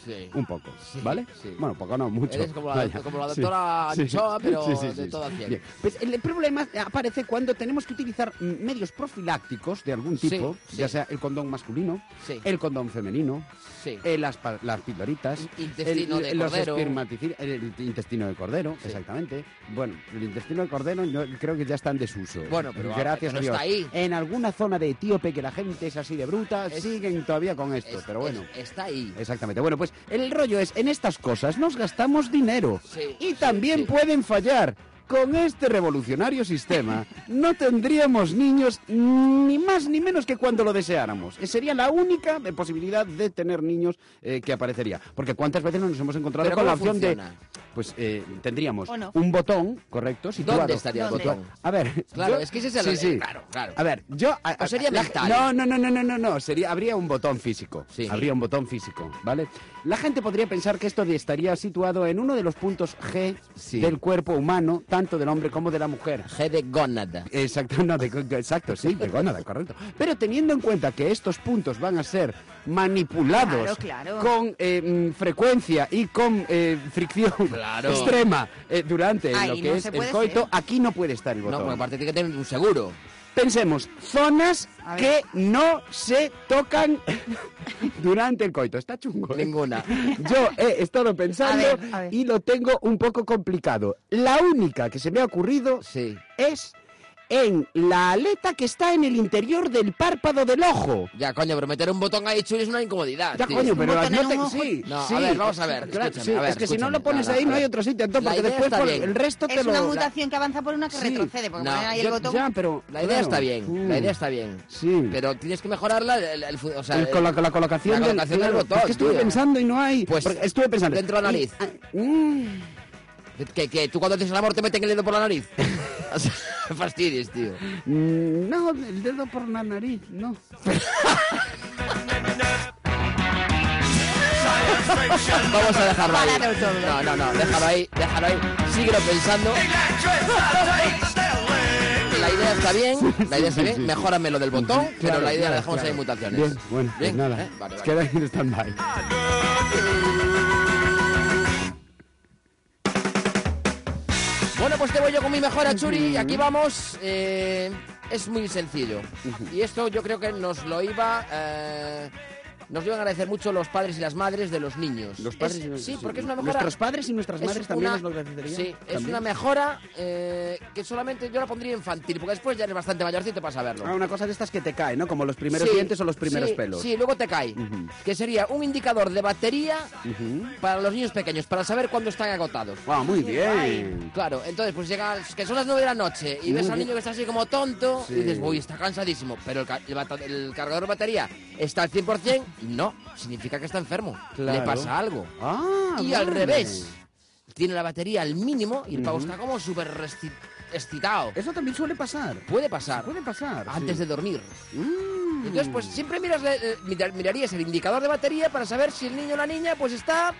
Sí. Un poco, Sí, ¿vale? sí. Bueno, poco no, mucho. Eres como la- Vaya. como la doctora Anchoa, pero de toda cien. Bien. Pues el problema aparece cuando tenemos que utilizar mm, medios profilácticos de algún Sí, tipo, sí. ya sea el condón masculino, Sí. el condón femenino, Sí. eh, las, pa- las pildoritas. Intestino de los cordero. espermaticidas- El, intestino de cordero, Sí. exactamente. Bueno, el intestino de cordero yo creo que ya está en desuso. Bueno, pero- Gracias pero a Dios. está ahí. En alguna zona de Etíope que la gente es así de bruta, Es- siguen todavía con esto, Es- pero bueno. es- está ahí. Exactamente. Bueno, pues el rollo es, en estas cosas nos gastamos dinero Sí, y sí, también sí. pueden fallar. Con este revolucionario sistema no tendríamos niños ni más ni menos que cuando lo deseáramos. Eh, Sería la única eh, posibilidad de tener niños eh, que aparecería. Porque cuántas veces no nos hemos encontrado ¿Pero con la cómo opción funciona? de... Pues eh, tendríamos ¿O no? un botón, correcto, situado. estaría el ¿Dónde? botón? A ver... Claro, yo- es que ese es el- eh, Sí, sí. claro, claro. A ver, yo... a- a- sería la- mental. No, no, no, no, no, no, no. Sería, habría un botón físico. Sí. Habría un botón físico, ¿vale? La gente podría pensar que esto de- estaría situado en uno de los puntos G Sí. del cuerpo humano, tanto del hombre como de la mujer. G de gónada. Exacto, no, de- de- exacto, sí, de gónada, correcto. Pero teniendo en cuenta que estos puntos van a ser manipulados Claro, claro. con eh, mm, frecuencia y con eh, fricción Claro. extrema eh, durante Ay, lo que no es se el puede coito, ser. aquí no puede estar el No, botón. porque aparte tiene que tener un seguro. Pensemos, zonas A que ver. no se tocan durante el coito. Está chungo. ¿eh? Ninguna. Yo he estado pensando A ver, a ver. y lo tengo un poco complicado. La única que se me ha ocurrido Sí. es en la aleta que está en el interior del párpado del ojo. Ya, coño, pero meter un botón ahí chulo Ah, es una incomodidad. Ya, tío. coño, pero botón no en un te- ojo. sí, No, a sí. ver, vamos a ver, Claro, escúchame, sí, a ver, es que si no escúchame. lo pones No, no, ahí no a hay ver. otro sitio, entonces, La porque idea después está por- bien. el resto te Es lo... una mutación que avanza por una que Sí, retrocede, porque no, poner ahí yo- el botón... ya, pero, La idea claro, está bien, la mm. idea está bien. Sí. Pero tienes que mejorarla, el, el fu- o sea, El- con la, con la colocación, la del- colocación del claro, botón, es que estuve tío. pensando y no hay. Pues, Porque estuve pensando. dentro de la Y- nariz. ah, mm, Que, que tú cuando haces el amor te meten el dedo por la nariz. O sea, fastidies, tío. mm, no, el dedo por la nariz, no. Vamos a dejarlo ahí. Parado todo. No, no, no, déjalo ahí, déjalo ahí. Síguelo pensando. La la idea está bien, la idea está sí, bien, sí, sí. mejórame lo del botón, pero Claro, la idea claro, la dejamos claro. ahí en mutaciones. Bien, bueno, pues Bien, nada. ¿eh? Vale, vale. Queda en stand-by. Bueno, pues te voy yo con mi mejora, Churi. Aquí vamos. Eh, es muy sencillo. Y esto yo creo que nos lo iba... eh, nos lo iban a agradecer mucho los padres y las madres de los niños. Los padres Es- y los- Sí, sí. porque es una mejora... Nuestros padres y nuestras es madres también una- nos lo agradecerían. Sí, es También. una mejora eh, que solamente yo la pondría infantil, porque después ya eres bastante mayorcito para saberlo. Ah, una cosa de estas que te cae, ¿no? Como los primeros dientes o los primeros sí, pelos. Sí, luego te cae. Que sería un indicador de batería para los niños pequeños, para saber cuándo están agotados. Guau, Ah, muy bien. Claro, entonces pues llegas, que son las 9 de la noche y ves al niño que está así como tonto Sí. y dices, uy, está cansadísimo, pero el, ca- el bata- el cargador de batería está al 100%, no, significa que está enfermo, le Claro. pasa algo. Ah, y al vale. revés, tiene la batería al mínimo y el pavo está como súper resti- excitado. Eso también suele pasar. Puede pasar, Puede pasar. antes sí. de dormir. Mm. Entonces, pues siempre miras, eh, mirar- mirarías el indicador de batería para saber si el niño o la niña pues está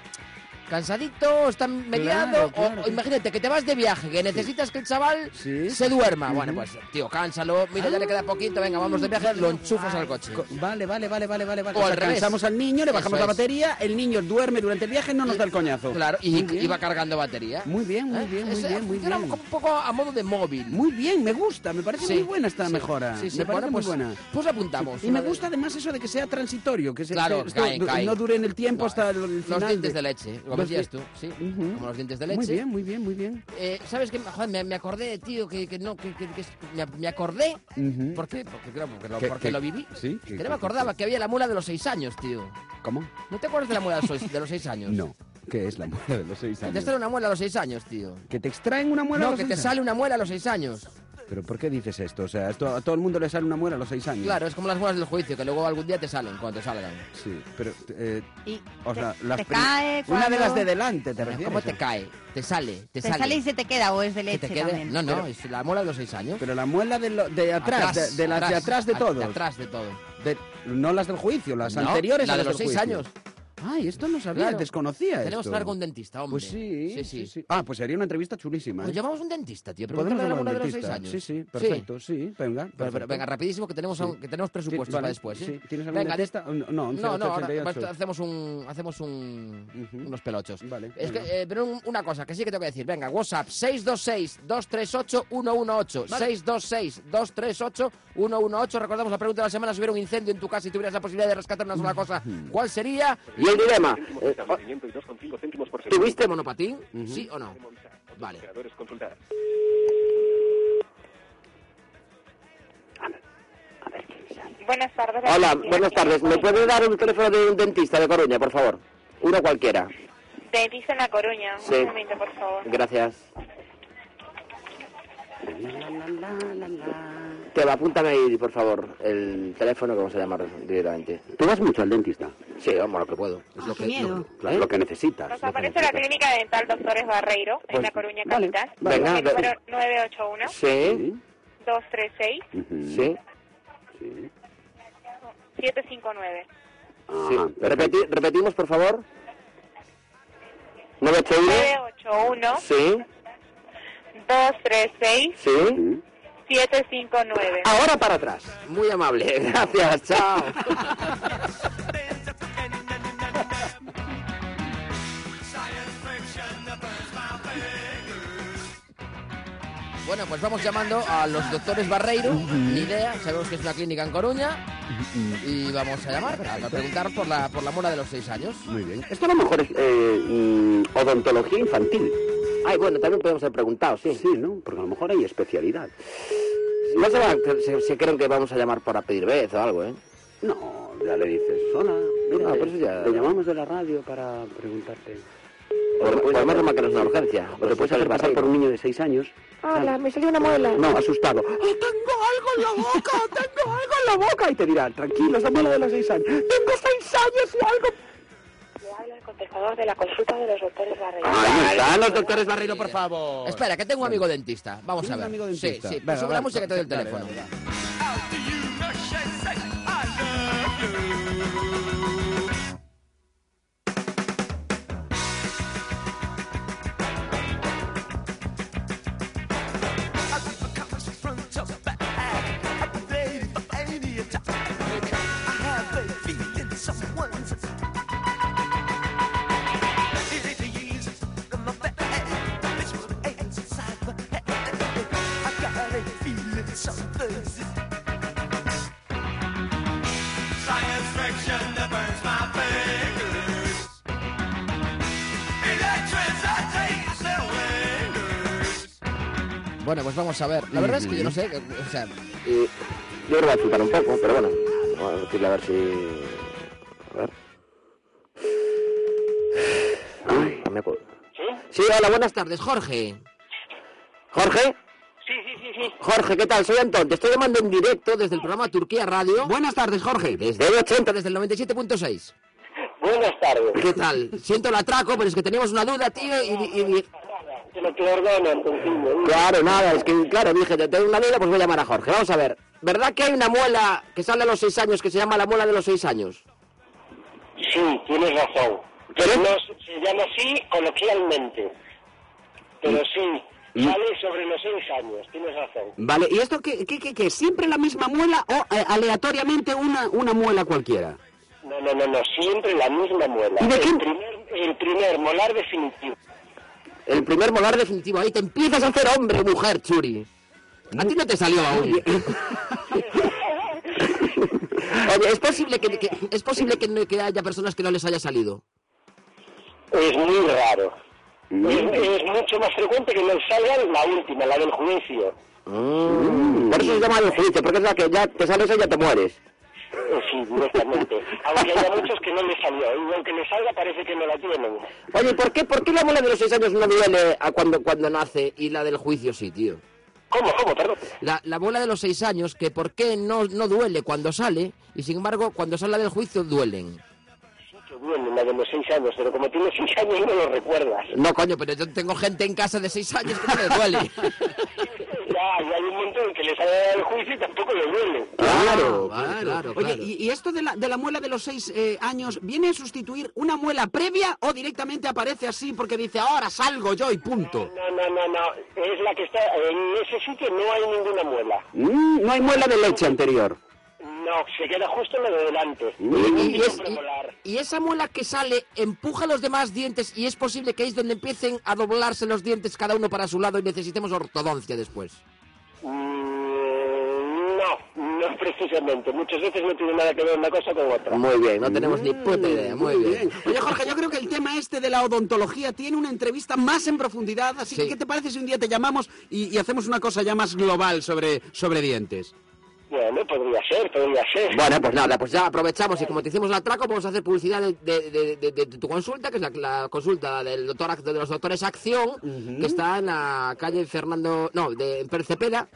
cansadito, o está mediado, Claro, o- claro. o, imagínate que te vas de viaje, que necesitas que el chaval Sí. se duerma. Bueno, pues tío, cánsalo, mira, ya le queda poquito, venga, vamos de viaje, lo enchufas al coche. Co- Vale, vale, vale, vale, vale. vale. O O sea, al revés. cansamos al niño, le bajamos Eso la es. batería, el niño duerme durante el viaje, no nos da el coñazo. Claro, y, Muy bien. y va cargando batería. Muy bien, muy ¿Eh? bien, muy Eso bien, muy funciona bien. como un poco a modo de móvil. Muy bien, me gusta, me parece Sí, muy buena esta sí, mejora. sí, sí, me parece bueno, pues, muy buena. Pues la apuntamos. Y una me de- gusta además eso de que sea transitorio, que se- Claro, que esto caen, du- caen. no dure en el tiempo No, hasta el final. Los dientes de, leche, como Los decías di- tú, sí. Ujú. Como los dientes de leche. Muy bien, muy bien, muy bien. Eh, ¿Sabes qué? Joder, me, me acordé, tío, que, que no, que, que- que me, me acordé. Ujú. ¿Por qué? Porque, claro, porque, lo, ¿Qué- porque qué? lo viví. Sí, Que ¿qué- no qué- me acordaba que había la mula de los seis años, tío. ¿Cómo? ¿No te acuerdas de la mula de los, seis- de los seis años? No, que es la muela de los seis Que te años. sale una muela a los seis años, tío. Que te extraen una muela a No, los que te seis sale una muela a los seis años. años. Pero ¿por qué dices esto? O sea, esto, a todo el mundo le sale una muela a los seis años. Claro, es como las muelas del juicio, que luego algún día te salen cuando te salgan. Sí, pero eh, Y o sea, te, las te pri- cae una de cuando- las de delante te refieres. ¿Cómo te cae? Te sale, te, Te sale y se te queda o es de ¿Que leche te quede? también. No, no, Pero- es la muela de los seis años. Pero la muela de, lo- de atrás, de, de las de atrás de a- todos. De atrás de todo. De- no las del juicio, las No, anteriores la a de las los del seis juicio. años. Ay, esto no sabía, Claro. desconocía Tenemos que esto. hablar con un dentista, hombre. Pues sí, Sí, sí. Ah, pues sería una entrevista chulísima. Pues ¿eh? llamamos a un dentista, tío. Pero Podemos la llamar a mula un de los seis dentista. años. Sí, sí, perfecto, sí, venga. Pero, pero perfecto. venga, rapidísimo que tenemos, aún- que tenemos Sí, presupuesto vale, para después, ¿eh? sí. ¿Tienes alguna venga, de- entrevista? No, un No, no, ahora 088. pues, hacemos un hacemos un, Ujú. unos pelochos. Vale, Es venga. que, eh, pero un- una cosa que sí que tengo que decir, venga, WhatsApp 626 238 118, 626 238 118. Recordamos la pregunta de la semana, si hubiera un incendio en tu casa y tuvieras la posibilidad de rescatar una sola cosa, ¿cuál sería? Y el dilema, eh, ¿tuviste monopatín? ¿Sí o no? Vale. Buenas tardes. Hola, Patricia. buenas tardes. ¿Me puede dar un teléfono de un dentista de Coruña, por favor? Uno cualquiera. Dentista en La Coruña. Sí. Un momento, por favor. Gracias. Te va, apúntame ahí, por favor, el teléfono, ¿cómo se llama directamente? Tú vas mucho al dentista, Sí, vamos, lo que puedo. Es Ah, lo qué que, miedo. lo- es lo que necesitas. Nos lo que aparece la necesitas. clínica dental Doctores Barreiro en Pues, La Coruña vale, Capital. vale. Con el Venga, número 981 Sí, 236 Ujú, sí. 759. ajá, sí. perfecto. Repeti- repetimos, por favor. 981. 981 Sí, 236 sí. Ujú. 759. Ahora para atrás. Muy amable. Gracias, chao. Bueno, pues vamos llamando a los doctores Barreiro, ni idea, sabemos que es una clínica en Coruña, y vamos a llamar a preguntar por la, por la mula de los seis años. Muy bien. Esto a lo mejor es eh, mm, odontología infantil. Ay, bueno, también podemos ser preguntados, Sí, ¿no? Porque a lo mejor hay especialidad. No se, creen que vamos a llamar para pedir vez o algo, ¿eh? No, ya le dices, hola, mira, Ah, te- por eso ya- te llamamos de la radio para preguntarte. Pues Por, por más norma que no es una urgencia. ¿O te puedes hacer pasar por un niño de seis años? Hola, me salió una muela. No, asustado. ¡Ah, tengo algo en la boca! ¡Tengo algo en la boca! Y te dirá, tranquilo, es la muela de los seis años. ¡Tengo seis años y algo! Le habla el contestador de la consulta de los doctores Barreiro. ¡Ahí están los doctores Barreiro, por favor! Espera, que tengo un amigo dentista. Vamos ¿Tienes a un ver. amigo dentista? Sí, sí. Venga, sube la vale, música y te doy el dale, teléfono. dale, Bueno, pues vamos a ver. La verdad es que yo no sé. que- O sea, Y yo creo que va a chutar un poco, pero bueno. Vamos a decirle a ver si. A ver. Ay, no me acuerdo. Sí, hola, buenas tardes. tardes, Jorge. ¿Jorge? Sí, sí, sí, sí. Jorge, ¿qué tal? Soy Antón. Te estoy llamando en directo Desde el programa Turquía Radio. Buenas tardes, Jorge. desde el 80. Desde el 97.6. Buenas tardes. ¿Qué tal? Siento el atraco, pero es que teníamos una duda, tío. Y, y- y- Te lo perdono, Antoncillo. Claro, nada, es que, claro, dije, te tengo una duda, pues voy a llamar a Jorge. Vamos a ver. ¿Verdad que hay una muela que sale a los seis años que se llama la muela de los seis años? Sí, tienes razón. Pero no se llama así coloquialmente. Pero sí, sale sobre los seis años, tienes razón. Vale, ¿y esto qué, qué, qué, qué? ¿Siempre la misma muela o eh, aleatoriamente una, una muela cualquiera? No, no, no, no, siempre la misma muela. ¿Y de quién? El primer, el primer molar definitivo. El primer molar definitivo. Ahí te empiezas a hacer hombre, mujer, Churi. A ti no te salió aún. Oye, es posible que, que- es posible que, no- que haya personas que no les haya salido. Es muy raro. Es, es mucho más frecuente que nos salga la última, la del juicio. Por eso se llama el juicio, porque es la que ya te sales y ya te mueres. Eh, Sí, directamente. Aunque haya muchos que no les salió. Y aunque les salga parece que no la tienen. Oye, ¿por qué, ¿por qué la muela de los seis años no duele a cuando, cuando nace y la del juicio sí, tío? ¿Cómo, cómo, perdón? La, la bola de los seis años, que por qué no, no duele cuando sale y sin embargo cuando sale la del juicio duelen. Sí, que duele la de los seis años, pero como tienes seis años no lo recuerdas. No, coño, pero yo tengo gente en casa de seis años que no le duele. Ya, y hay un montón que les salga el juicio y tampoco les duele. Claro, Claro. claro, claro. Oye, ¿y, y esto de la, de la muela de los seis eh, años viene a sustituir una muela previa o directamente aparece así porque dice ahora salgo yo y punto? No, no, no, no. Es la que está... En ese sitio no hay ninguna muela. Mm, no hay muela de leche anterior. No, se queda justo en la de delante. Y, es- Siempre molar. y- y esa muela que sale empuja los demás dientes y es posible que ahí es donde empiecen a doblarse los dientes cada uno para su lado y necesitemos ortodoncia después. Mm, No, no precisamente. Muchas veces no tiene nada que ver una cosa con otra. Muy bien, no tenemos ni puta idea, muy bien. Oye, Jorge, yo creo que el tema este de la odontología tiene una entrevista más en profundidad, así que Sí. ¿qué te parece si un día te llamamos y, y hacemos una cosa ya más global sobre, sobre dientes? Bueno, podría ser, podría ser. Bueno, pues nada, pues ya aprovechamos y como te hicimos la atraco, vamos a hacer publicidad de, de- de- de- de tu consulta, que es la, la consulta del doctor Ac- de los doctores Acción, que está en la calle Fernando, no, de en Percepeda,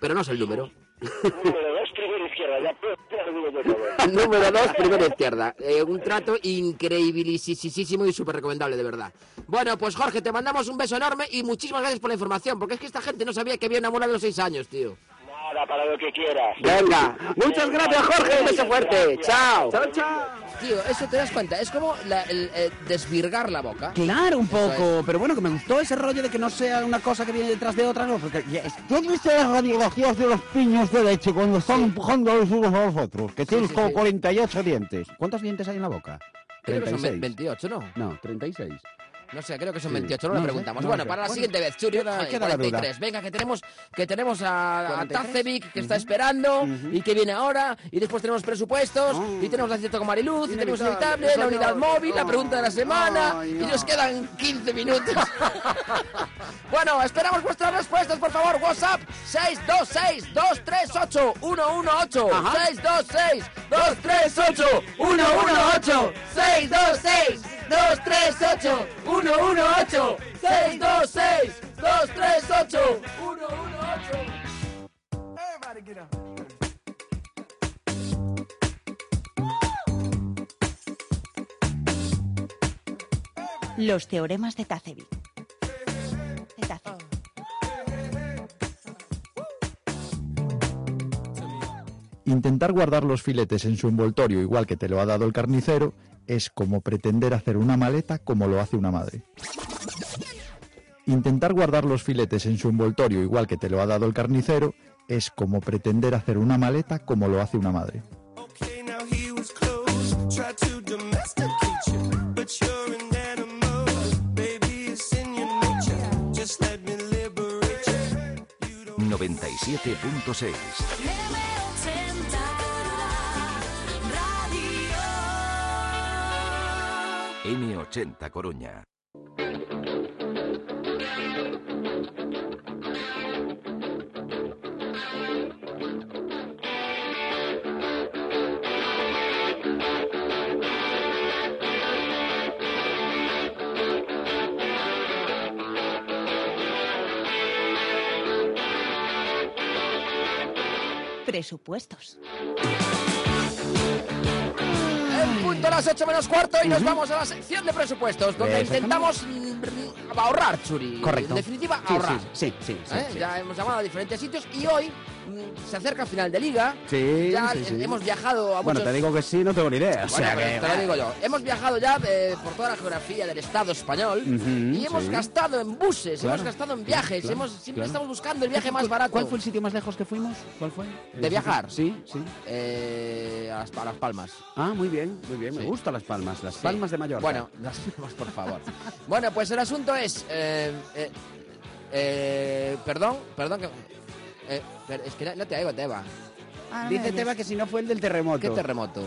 pero no es el número. Número dos, primera izquierda. Ya, pues, ya lo digo yo todo. Número 2, primera izquierda. Eh, un trato increíbilísimo y súper recomendable, de verdad. Bueno, pues Jorge, te mandamos un beso enorme y muchísimas gracias por la información, porque es que esta gente no sabía que había una muela de los seis años, tío. Nada, para lo que quieras. Venga, muchas gracias Jorge, un beso fuerte. Chao. Chao, chao. Tío, eso te das cuenta, es como la- el, eh, desvirgar la boca. Claro, un Eso poco, pero bueno, que me gustó ese rollo de que no sea una cosa que viene detrás de otra, no, porque ya es- ¿Tú has visto las radiografías de los piños de leche cuando están empujando los unos a los otros? Que tienes sí, como sí. 48 dientes. ¿Cuántos dientes hay en la boca? Creo que son 36. 28, ¿no? No, 36. No sé, creo que son 28, no, No sé, lo preguntamos. no bueno, sé. para la Bueno, siguiente vez, Churi, queda- joder, queda la duda. 43. Venga, que tenemos, que tenemos a, a Tacevic, que está esperando, y que viene ahora, y después tenemos presupuestos, Ah. y tenemos la cita con Mariluz, y tenemos Inevitable, la unidad móvil, la pregunta de la semana, y nos quedan 15 minutos. bueno, esperamos vuestras respuestas, por favor. WhatsApp 626-238-118. 626-238-118. 626-238-118. 626-238-118. Los teoremas de Tacevi. De Tacevi. Intentar guardar los filetes en su envoltorio igual que te lo ha dado el carnicero es como pretender hacer una maleta como lo hace una madre. Intentar guardar los filetes en su envoltorio igual que te lo ha dado el carnicero es como pretender hacer una maleta como lo hace una madre. Okay, now he was close. Try to domesticate you, but you're an animal. Baby, it's in your nature. Just let me liberate you. 97.6 M80 Coruña presupuestos. En punto las 8 menos cuarto y nos vamos a la sección de presupuestos, donde intentamos mm, ahorrar, Churi. Correcto. En definitiva, Sí, ahorrar. Sí, sí, sí, sí, ¿eh? sí. Ya hemos llamado a diferentes sitios y hoy mm, se acerca el final de liga. Sí, ya sí, sí. hemos viajado a Bueno, muchos... te digo que sí, no tengo ni idea. o Bueno, sea pero que- te lo digo yo. Hemos viajado ya eh, por toda la geografía del Estado español Ujú, y hemos sí. gastado en buses, Claro, hemos gastado en sí, viajes, claro, hemos, siempre claro. estamos buscando el viaje más barato. ¿Cuál fue el sitio más lejos que fuimos? ¿Cuál fue? ¿De viajar? Sí, sí. Eh, a Las- a Las Palmas. Ah, muy bien, muy bien. Me Sí. gustan las palmas, las palmas de ¿eh? Mallorca. Bueno, las palmas, por favor. bueno, pues el asunto es... eh, eh, eh, perdón, perdón que... eh, per- es que no, no te oigo, Teba. Ah, no me Dice oyes. Teba que si no fue el del terremoto. ¿Qué terremoto?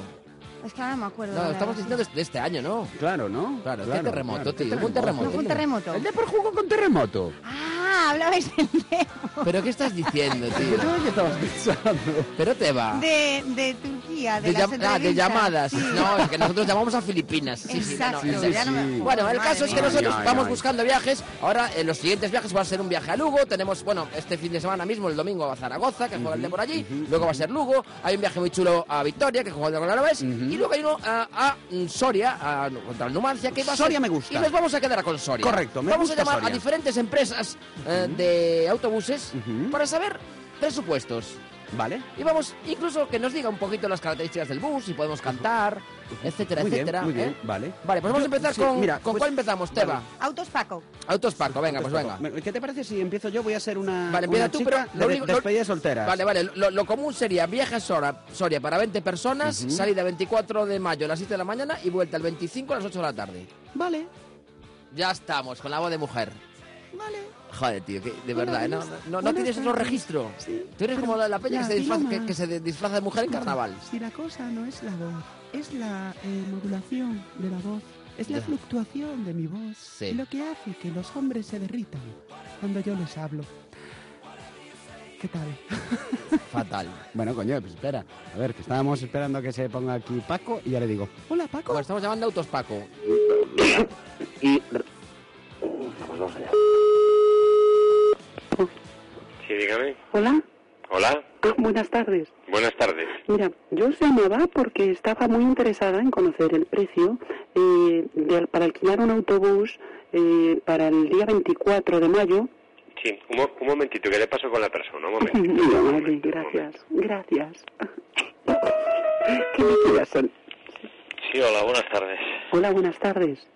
Es que ahora no me acuerdo. No, la estamos verdad. diciendo de- de este año, ¿no? Claro, ¿no? Claro, ¿qué Claro, terremoto, claro, tío? ¿qué Hubo un terremoto. No, fue un terremoto. El de por jugó con terremoto. Ah, hablabais del Depor. ¿Pero qué estás diciendo, tío? ¿Qué estabas pensando? Pero Teba... De, de Turquía, de, De, las llam- ah, de entrevistas. llamadas. Sí. No, es que nosotros llamamos a Filipinas. Sí, sí, no, no, Exacto. no, sí, ya no me- sí. Bueno, el Madre caso es que mía. nosotros Ay, ay, vamos ay. buscando viajes. Ahora, en los siguientes viajes va a ser un viaje a Lugo. Tenemos, bueno, este fin de semana mismo, el domingo, a Zaragoza, que juega el de por allí. Luego va a ser Lugo. Hay un viaje muy chulo a Victoria, que juega el de Alavés. Y luego hay uno a, a, mm, Soria, a- contra el Numancia, que va a ser- Soria me gusta. Y nos vamos a quedar con Soria. Correcto, me Vamos gusta a llamar Soria. a diferentes empresas eh, de autobuses Ujú. para saber presupuestos. Vale. Y vamos, incluso que nos diga un poquito las características del bus, si podemos cantar, etcétera, muy bien, etcétera. muy bien, ¿eh? vale. Vale, pues vamos a Yo- empezar sí, con. mira, ¿Con pues- cuál empezamos, vale. Teba? Autos Paco. Autos Paco, venga, pues venga. ¿Qué te parece si empiezo yo? Voy a ser una, Vale, empieza una tú, pero chica lo de- único- lo- despedida soltera. Vale, vale, lo, lo común sería viaje a Sora- Soria para 20 personas, salida 24 de mayo a las 7 de la mañana y vuelta el 25 a las 8 de la tarde. Vale, Ya estamos, con la voz de mujer. vale. Joder, tío, que de Hola, verdad, ¿eh? ¿no? buenas- No, no buenas tienes otro tardes. registro. Sí, Tú eres pero como la, la peña la que se, disfraza, que, tiloma. que se de- disfraza de mujer en carnaval. Si la cosa no es la voz, es la eh, modulación de la voz, es la Ya. fluctuación de mi voz, Sí. lo que hace que los hombres se derritan cuando yo les hablo. ¿Qué tal? Fatal. Bueno, coño, pues espera. A ver, que estábamos esperando que se ponga aquí Paco y ya le digo, hola Paco. Bueno, estamos llamando a Autos Paco. Y... Vamos, vamos allá. Sí, dígame. Hola, Hola, Ah, buenas tardes. buenas tardes. Mira, yo os llamaba porque estaba muy interesada en conocer el precio eh, de- para alquilar un autobús eh, para el día 24 de mayo. Sí, un, mo- un momentito, que le paso con la persona? Un momento. Vale, un momento, un gracias, momento. gracias. Qué líquidas son. Sí, hola, buenas tardes. Hola, buenas tardes.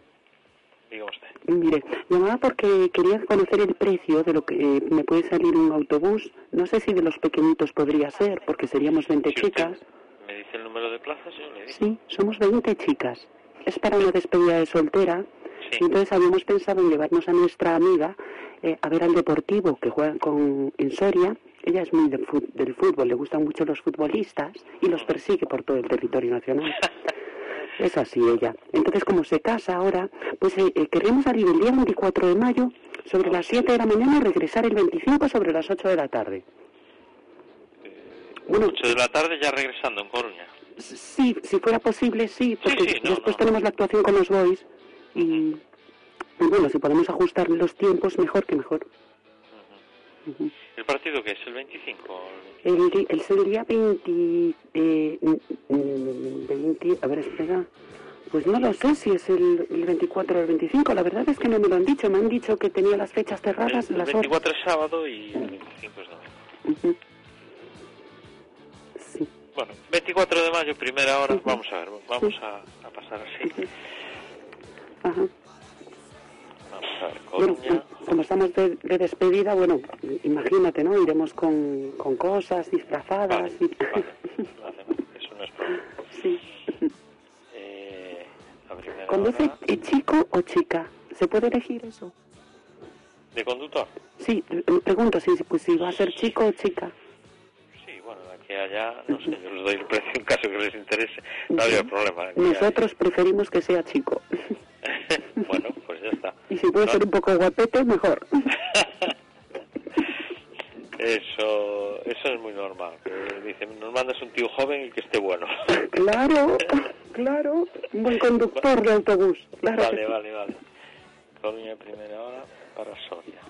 Diga usted. Mire, llamaba porque quería conocer el precio de lo que eh, me puede salir un autobús. No sé si de los pequeñitos podría ser, porque seríamos 20 Si chicas. usted ¿Me dice el número de plazas? Yo le digo. Sí, somos 20 chicas. Es para una despedida de soltera. Sí. Y entonces habíamos pensado en llevarnos a nuestra amiga eh, a ver al deportivo que juega con, en Soria. Ella es muy de fu- del fútbol, le gustan mucho los futbolistas y los persigue por todo el territorio nacional. Es así ella. Entonces, como se casa ahora, pues eh, eh, querríamos salir el día 24 de mayo sobre las 7 de la mañana y regresar el 25 sobre las 8 de la tarde. Bueno, 8 Eh, de la tarde ya regresando en Coruña. Sí, si fuera posible, sí, porque sí, no, después no. tenemos la actuación con los boys y, y bueno, si podemos ajustar los tiempos, mejor que mejor. Ujú. ¿El partido qué es? ¿El 25? El, di- el, el día 20, eh, mm, mm, 20 A ver, espera. Pues no lo sé si es el, el 24 o el 25. La verdad es que no me lo han dicho. Me han dicho que tenía las fechas El, cerradas, el las horas. 24 es sábado y el 25 es domingo. Ujú. Sí. Bueno, 24 de mayo, primera hora, vamos a ver, vamos a, a pasar así. Ajá. Vamos a ver, Bueno, Coruña. como estamos de, de despedida, bueno, imagínate, ¿no? Iremos con, con cosas disfrazadas Vale, y... vale, vale, vale, eso no es problema. sí. Eh, la primera ¿Conduce hora. eh, chico o chica? ¿Se puede elegir eso? ¿De conductor? Sí, eh, pregunto si, pues, si va a ser chico o chica. Sí, bueno, de aquí a allá, no sé, yo les doy el precio en caso que les interese, no había problema. de aquí a Nosotros preferimos que sea chico. allá. bueno, pues ya está. Y si puede No, ser un poco guapete, mejor. Eso, eso es muy normal. que Dicen, nos mandas un tío joven y que esté bueno. claro, claro. Un buen conductor de autobús. Claro que Vale, sí. vale, vale. Coruña, primera hora para Soria.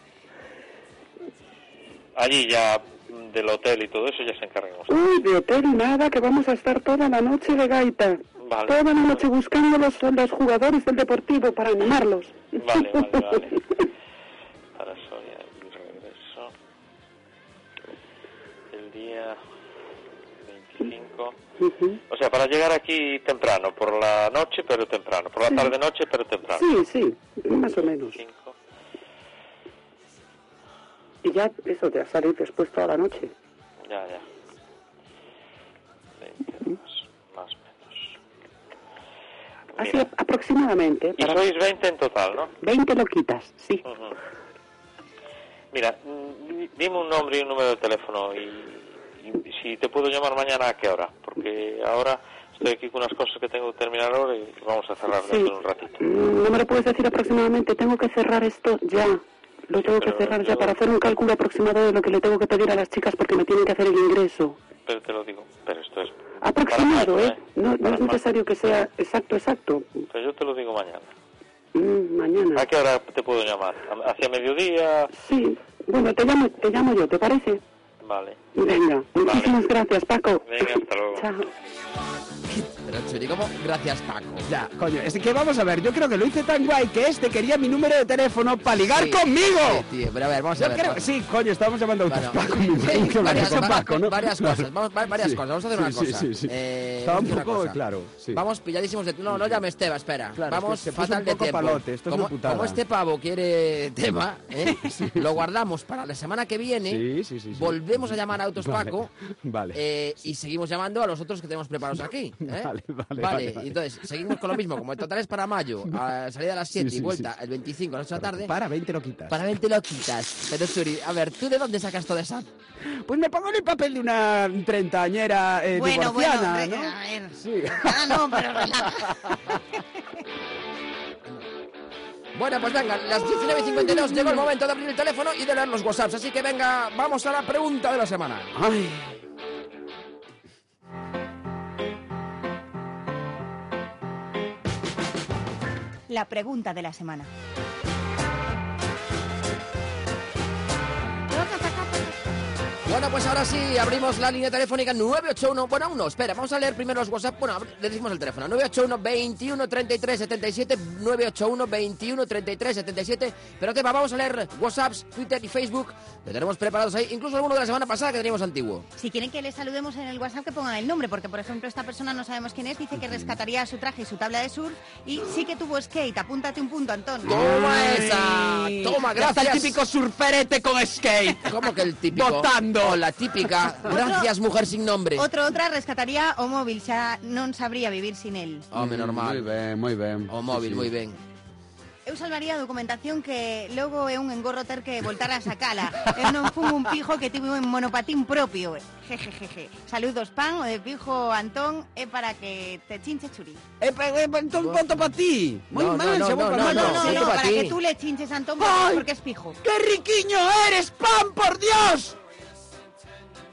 Allí ya mm, del hotel y todo eso ya se encargan ustedes. Uy, de hotel nada, que vamos a estar toda la noche de gaita. Vale. Toda la noche buscando los, los jugadores del deportivo para animarlos. Vale, vale, vale. Ahora soy y regreso. El día 25. Ujú. O sea, para llegar aquí temprano, por la noche pero temprano, por la tarde-noche pero temprano. Sí, sí, más o menos. Y ya eso de salir después toda la noche. Ya, ya. 20 más, más o menos. Así aproximadamente. Y sois 20 en total, ¿no? 20 loquitas, sí. Ujú. Mira, mm, di- dime un nombre y un número de teléfono y, y si te puedo llamar mañana a qué hora, porque ahora estoy aquí con unas cosas que tengo que terminar ahora y vamos a cerrar dentro de un ratito. Mm, No me lo puedes decir aproximadamente, tengo que cerrar esto ya. Lo tengo que cerrar ya para hacer un cálculo aproximado de lo que le tengo que pedir a las chicas porque me tienen que hacer el ingreso. Pero te lo digo, pero esto es... Aproximado, ¿eh? No, no es necesario que sea exacto, exacto. Pero yo te lo digo mañana. Mm, mañana. ¿A qué hora te puedo llamar? ¿A- ¿Hacia mediodía? Sí, bueno, te llamo, te llamo yo, ¿te parece? Vale. Venga, muchísimas gracias, Paco. Venga, hasta luego. Chao. Pero Churi, ¿cómo? Gracias, Paco. Ya, coño, es que vamos a ver, yo creo que lo hice tan guay que este quería mi número de teléfono para ligar Sí, conmigo. sí, tío, pero a ver, vamos a Yo ver, creo- vamos. sí, coño, estábamos llamando a un Paco, mi Sí, madre, que varias, hablaba con va- Paco, ¿no? varias Claro. cosas, vamos, va- varias Sí, cosas, vamos a hacer sí, una sí, cosa. sí, sí. Eh, vamos Estaba un a hacer una poco, cosa. claro, sí. Vamos pilladísimos de... No, no llames Teba, espera. Claro, es que vamos se puso fatal un de poco tiempo. palote, esto es como, una putada. como este pavo quiere tema, ¿eh? lo guardamos para la semana que viene. Sí, sí, sí, sí. ¿eh? Volvemos a llamar a Autos Vale, Paco. Vale. eh, y seguimos llamando a los otros que tenemos preparados aquí. ¿eh? Vale, vale, Vale, vale, vale. entonces seguimos con lo mismo. Como el total es para mayo, a la salida a las 7 Sí, y sí, vuelta sí. el 25 a las 8 de la tarde. Para, 20 loquitas. Para 20 lo quitas. Pero Suri, a ver, ¿tú de dónde sacas toda esa? Pues me pongo en el papel de una treintañera eh, bueno, eh, bueno, divorciada, re- ¿no? a ver. Ah, no, pero relaja. Bueno, pues venga, las 19.52 llegó el momento de abrir el teléfono y de leer los WhatsApps. Así que venga, vamos a la pregunta de la semana. Ay. La pregunta de la semana. Bueno, pues ahora sí, abrimos la línea telefónica 981. Bueno, aún no, espera, vamos a leer primero los WhatsApp. Bueno, abri- le decimos el teléfono: 981 21 33 77. 981 21 33 77. Pero te va, vamos a leer WhatsApps, Twitter y Facebook. que tenemos preparados ahí, incluso alguno de la semana pasada que teníamos antiguo. Si quieren que les saludemos en el WhatsApp, que pongan el nombre, porque por ejemplo esta persona no sabemos quién es, dice que rescataría su traje y su tabla de surf y sí que tuvo skate. Apúntate un punto, Antón. Toma esa, toma, Ya está gracias. el típico surferete con skate. ¿Cómo que el típico? Botando. O la típica. Otro- Gracias, mujer sin nombre. Otro, otra rescataría o móvil, xa non sabría vivir sin él. Home, normal. Muy bien, muy bien. O móvil, muy bien. Eu salvaría a documentación que logo é un engorro ter que voltar a sacala. Eu non fun un pijo que tive un monopatín propio. Jejejeje. Saludos, pan, o de pijo Antón é para que te chinche churi. Eh, pero, eh, entonces, punto para ti. Muy No, mal, no, no, se vuelve no, mal. no, no, Ah, sí, no, pa' Para ti. que tú le chinches a Antón ¡Ay! porque es pijo. ¡Qué riquiño eres, pan, por Dios!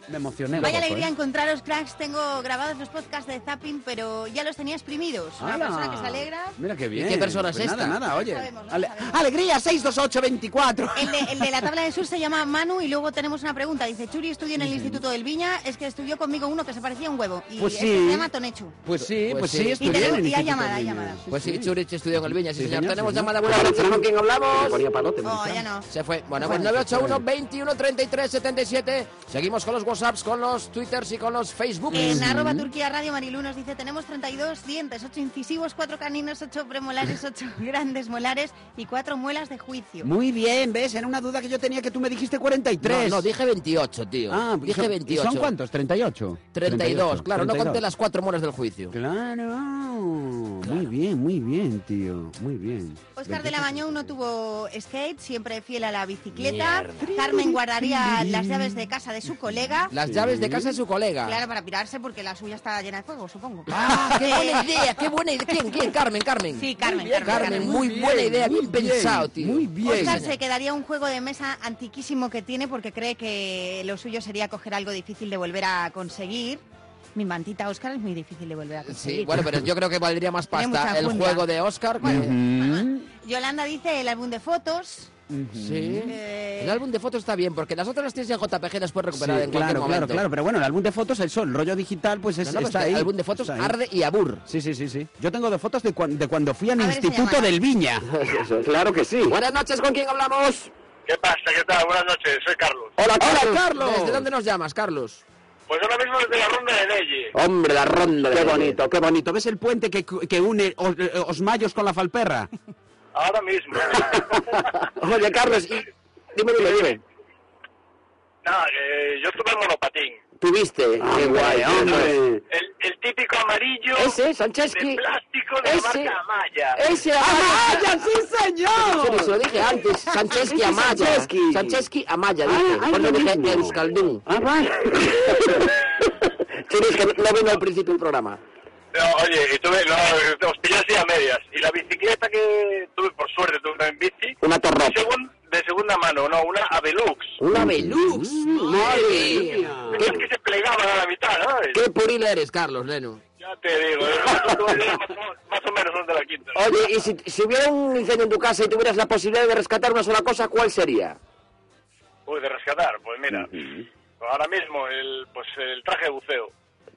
Me emocioné. Vaya un poco, alegría ¿eh? encontraros, cracks. Tengo grabados los podcasts de Zapping, pero ya los tenía exprimidos. Una ¡Hala! persona que se alegra. Mira qué bien. qué persona es Pues esta? Nada, nada, oye. No sabemos, no Ale- sabemos. Eh, Alegría 62824. El de, el de la tabla de sur se llama Manu y luego tenemos una pregunta. Dice, Churi estudió en el Instituto del Viña, es que estudió conmigo uno que se parecía a un huevo. Y Pues este sí. se llama Tonechu. Pues sí, Pues pues sí. sí, Y estudié en tenemos- el y hay Instituto llamada, de hay Viña. llamada. Sí, Pues sí, sí. Churich estudió con el Viña, sí, Sí, señor. señor, Tenemos sí, llamada señor. buena noche, ¿con quién hablamos? Ponía palote, me Oh, decía. ya no. Se fue. Bueno, pues Se fue, se fue. 981 21 33 77. Seguimos con los WhatsApps, con los Twitters y con los Mm, Facebooks. En arroba Turquía Radio Marilú nos dice, tenemos 32 dientes, 8 incisivos, 4 caninos, 8 premolares, 8 grandes molares y 4 muelas de juicio. Muy bien, ¿ves? Era una duda que yo tenía que tú me dijiste 43. No, no, dije 28, tío. Ah, dije son- 28. ¿Son cuántos? ¿38? 32, claro, no 32. conté las cuatro moras del juicio. Claro. Muy bien, muy bien, tío. Muy bien. Oscar de la Mañón no tuvo skate, siempre fiel a la bicicleta. Carmen guardaría las llaves de casa de su colega. Las llaves de casa de su colega. Claro, para pirarse porque la suya está llena de fuego, supongo. ¡Ah, qué buena Eh, idea! ¡Qué buena idea! ¿Quién? ¿Quién? Carmen, Carmen. Sí, Carmen, Carmen, Carmen. muy, bien, buena idea, muy bien, pensado, tío. Muy bien. Oscar se quedaría un juego de mesa antiquísimo que tiene porque cree que lo suyo sería coger algo difícil de volver a conseguir. Mi mantita Oscar es muy difícil de volver a conseguir. Sí, bueno, pero yo creo que valdría más Tiene mucha pasta el funda. juego de Oscar. que- Mm. Yolanda dice el álbum de fotos. Sí. El álbum de fotos está bien, porque las otras las tienes en JPG, las puedes recuperar Sí, en cualquier claro, claro, momento. claro. Pero bueno, el álbum de fotos, el sol, rollo digital, pues es, No, no, pero está es que ahí. el álbum de fotos Está ahí. arde y abur. Sí, sí, sí, sí. Yo tengo de fotos de, cuan- de cuando fui al A ver, Instituto señora. del Viña. claro que sí. Buenas noches, ¿con quién hablamos? ¿Qué pasa? ¿Qué tal? Buenas noches, soy Carlos. Hola, Carlos. ¿Desde dónde nos llamas, Carlos? Pues ahora mismo desde la ronda de Leyes. Hombre, la ronda. Qué bonito, qué bonito. ¿Ves el puente que, que une Os- eh, Osmayos con la Falperra? Ahora mismo. Oye, Carlos, dime, dime, dime. Nada, eh, yo tuve monopatín. Tuviste. Qué guay, hombre. El, el típico amarillo. Ese, De Sancheski. plástico de la Ese. marca Amaya. ¡Ese Amaya, sí, Sí, señor! Se lo dije antes, Sancheski Ese Amaya. Sancheski. Sancheski Amaya, Ah, dije. ah, Por lo eso dije mismo. Euskaldun. Ah, vale. Tienes que no vino al principio del programa. No, oye, y tuve, no, os pillé así a medias. Y la bicicleta que tuve, por suerte, tuve una en bici. Una torrop. De, segun- de segunda mano, no, una Avelux. Una Velux. Mm. Madre mía. Es que se plegaban a la mitad, ¿sabes? Qué purila eres, Carlos, Leno. Ya te digo, eh, más o menos más o menos son de la quinta. Oye, y si, si hubiera un incendio en tu casa y tuvieras la posibilidad de rescatar una sola cosa, ¿cuál sería? Oh. Uy, de rescatar, pues mira. Ahora mismo, el, pues el traje de buceo.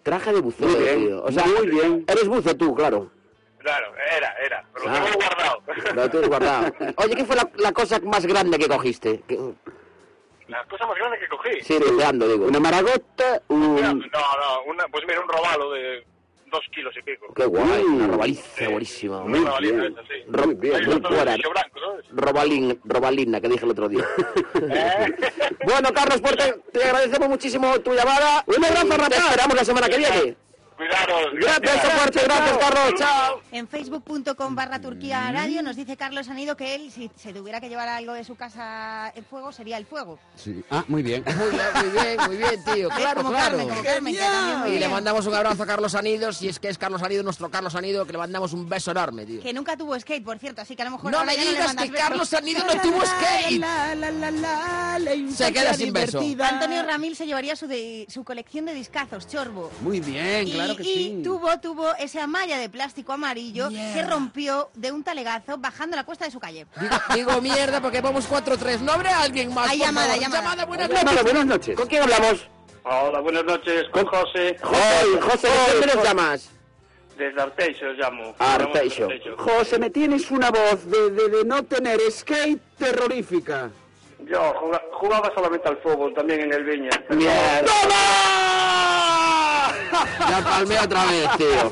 Traje de buceo, tío. O sea, muy bien. Eres buzo tú, claro. Claro, era, era. Pero Ah. lo tengo guardado. Lo tienes guardado. Oye, ¿qué fue la, la cosa más grande que cogiste? Que- La cosa más grande que cogí. Sí, deseando, digo. Una maragota, No, un... no, una, pues mira, un robalo de dos kilos y pico. Qué guay, una robaliza buenísima. Una robaliza esa, sí. Ro- Ahí Mm. muy está todo buena. el bicho blanco, ¿sabes? Robalín, robalina, que dije el otro día. ¿Eh? bueno, Carlos Puerta, te agradecemos muchísimo tu llamada. Un abrazo, rapaz. Te esperamos la semana que viene. Cuidado. Gracias, fuerte, gracias, Carlos. Chao. En facebook.com barra Mm. Turquía Radio nos dice Carlos Anido que él, si se tuviera que llevar algo de su casa en fuego, sería el fuego. Sí. Ah, muy bien. Muy bien, muy bien, muy bien, tío. Es Claro, ¿Eh? como claro. Carmen, como Carmen, que también muy Y le bien. mandamos un abrazo a Carlos Anido, si es que es Carlos Anido, nuestro Carlos Anido, que le mandamos un beso enorme, tío. Que nunca tuvo skate, por cierto, así que a lo mejor No ahora me ya digas le mandas que besos. Carlos Anido no tuvo skate. Se queda sin beso. Antonio Ramil se llevaría su, de- su colección de discazos, chorbo. Muy bien, y, claro que y sí. tuvo, tuvo esa malla de plástico amarillo Yeah. que rompió de un talegazo bajando la cuesta de su calle. Digo, digo mierda porque vamos 4-3. ¿No habrá alguien más? Hay por llamada, favor? llamada. buenas Llamada, noches. buenas noches. ¿Con quién hablamos? Hola, buenas noches, con José. José, José, ¿de dónde nos llamas? Desde Arteixo os llamo. Arteixo. José, me tienes una voz de, de, de no tener skate terrorífica. Yo jugaba solamente al fútbol, también en el Viña. Bien. Ya palmé otra vez, tío.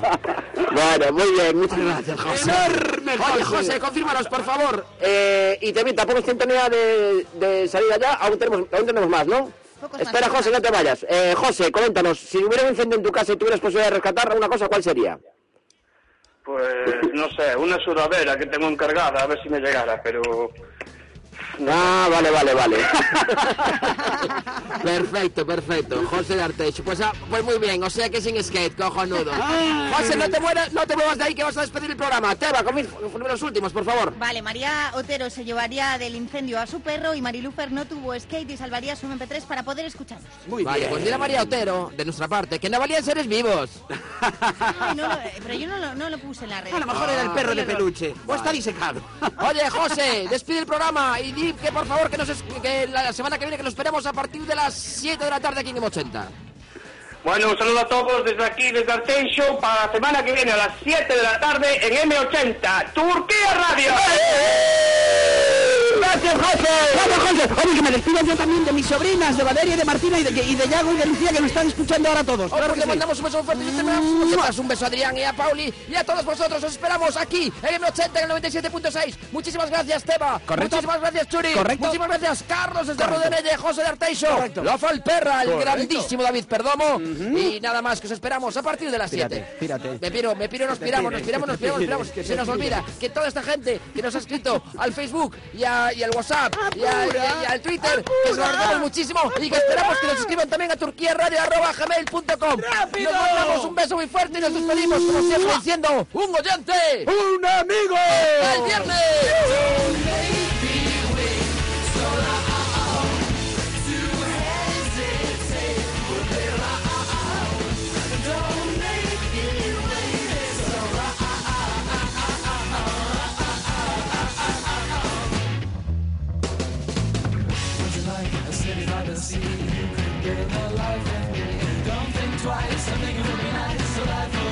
Bueno, muy bien, muchas gracias, José. Enorme, Oye, José. José, confírmanos, por favor. Eh, y también tampoco es sintonía de, de salir allá, aún tenemos, aún tenemos más, ¿no? Pocos más. Espera, José, no te vayas. Eh, José, coméntanos, si hubiera un incendio en tu casa y tuvieras posibilidad de rescatar una cosa, ¿cuál sería? Pues no sé, una sudadera que tengo encargada, a ver si me llegara, pero Ah, vale, vale, vale. perfecto, perfecto. José de Arteixo. Pues, ah, pues muy bien, o sea que sin skate, cojonudo. José, no te, mueras, no te muevas de ahí que vas a despedir el programa. Teba, con los últimos, por favor. Vale, María Otero se llevaría del incendio a su perro y Marilufer no tuvo skate y salvaría su MP3 para poder escucharnos. Muy vale, bien. pues dile a María Otero, de nuestra parte, que no valían seres vivos. Ay, no lo- eh, pero yo no lo, no lo puse en la red. A lo mejor era el perro de peluche. O está disecado. Oye, José, despide el programa y di que por favor que, nos es- que la semana que viene que nos esperemos a partir de las 7 de la tarde aquí en M80. Bueno, un saludo a todos desde aquí, desde Arteixo, para la semana que viene a las 7 de la tarde en M80, Turquía Radio. ¡Gracias, José! ¡Gracias, José! Oye, que me despido yo también de mis sobrinas, de Valeria, de Martina y de, y de Yago y de Lucía, que nos están escuchando ahora todos. Ahora pues Claro que le sí. mandamos un beso muy fuerte y terminamos con vosotras. Un beso a Adrián y a Pauli y a todos vosotros. Os esperamos aquí en M80 en el 97.6. Muchísimas gracias, Teba. Correcto. Muchísimas gracias, Churi. Correcto. Muchísimas gracias, Carlos desde Rodonelle, José de Arteixo, Correcto. Lofa el Perra, el Correcto. grandísimo David Perdomo. Y nada más que os esperamos a partir de las 7. Pírate. Me piro, me piro, nos te piramos, nos pires, piramos, nos piramos, que te nos piramos. pires, que Se te nos pires. olvida que toda esta gente que nos ha escrito al Facebook y, a- y al WhatsApp y, a- y a- y al Twitter, que os agradecemos muchísimo y que esperamos que nos escriban también a turquíaradio.com. ¡Rápido! Nos mandamos un beso muy fuerte y nos despedimos, como siempre, diciendo un oyente. ¡Un amigo! ¡Hasta el viernes! I'd rather see you get a life in me. Don't think twice, I think it would be nice to life.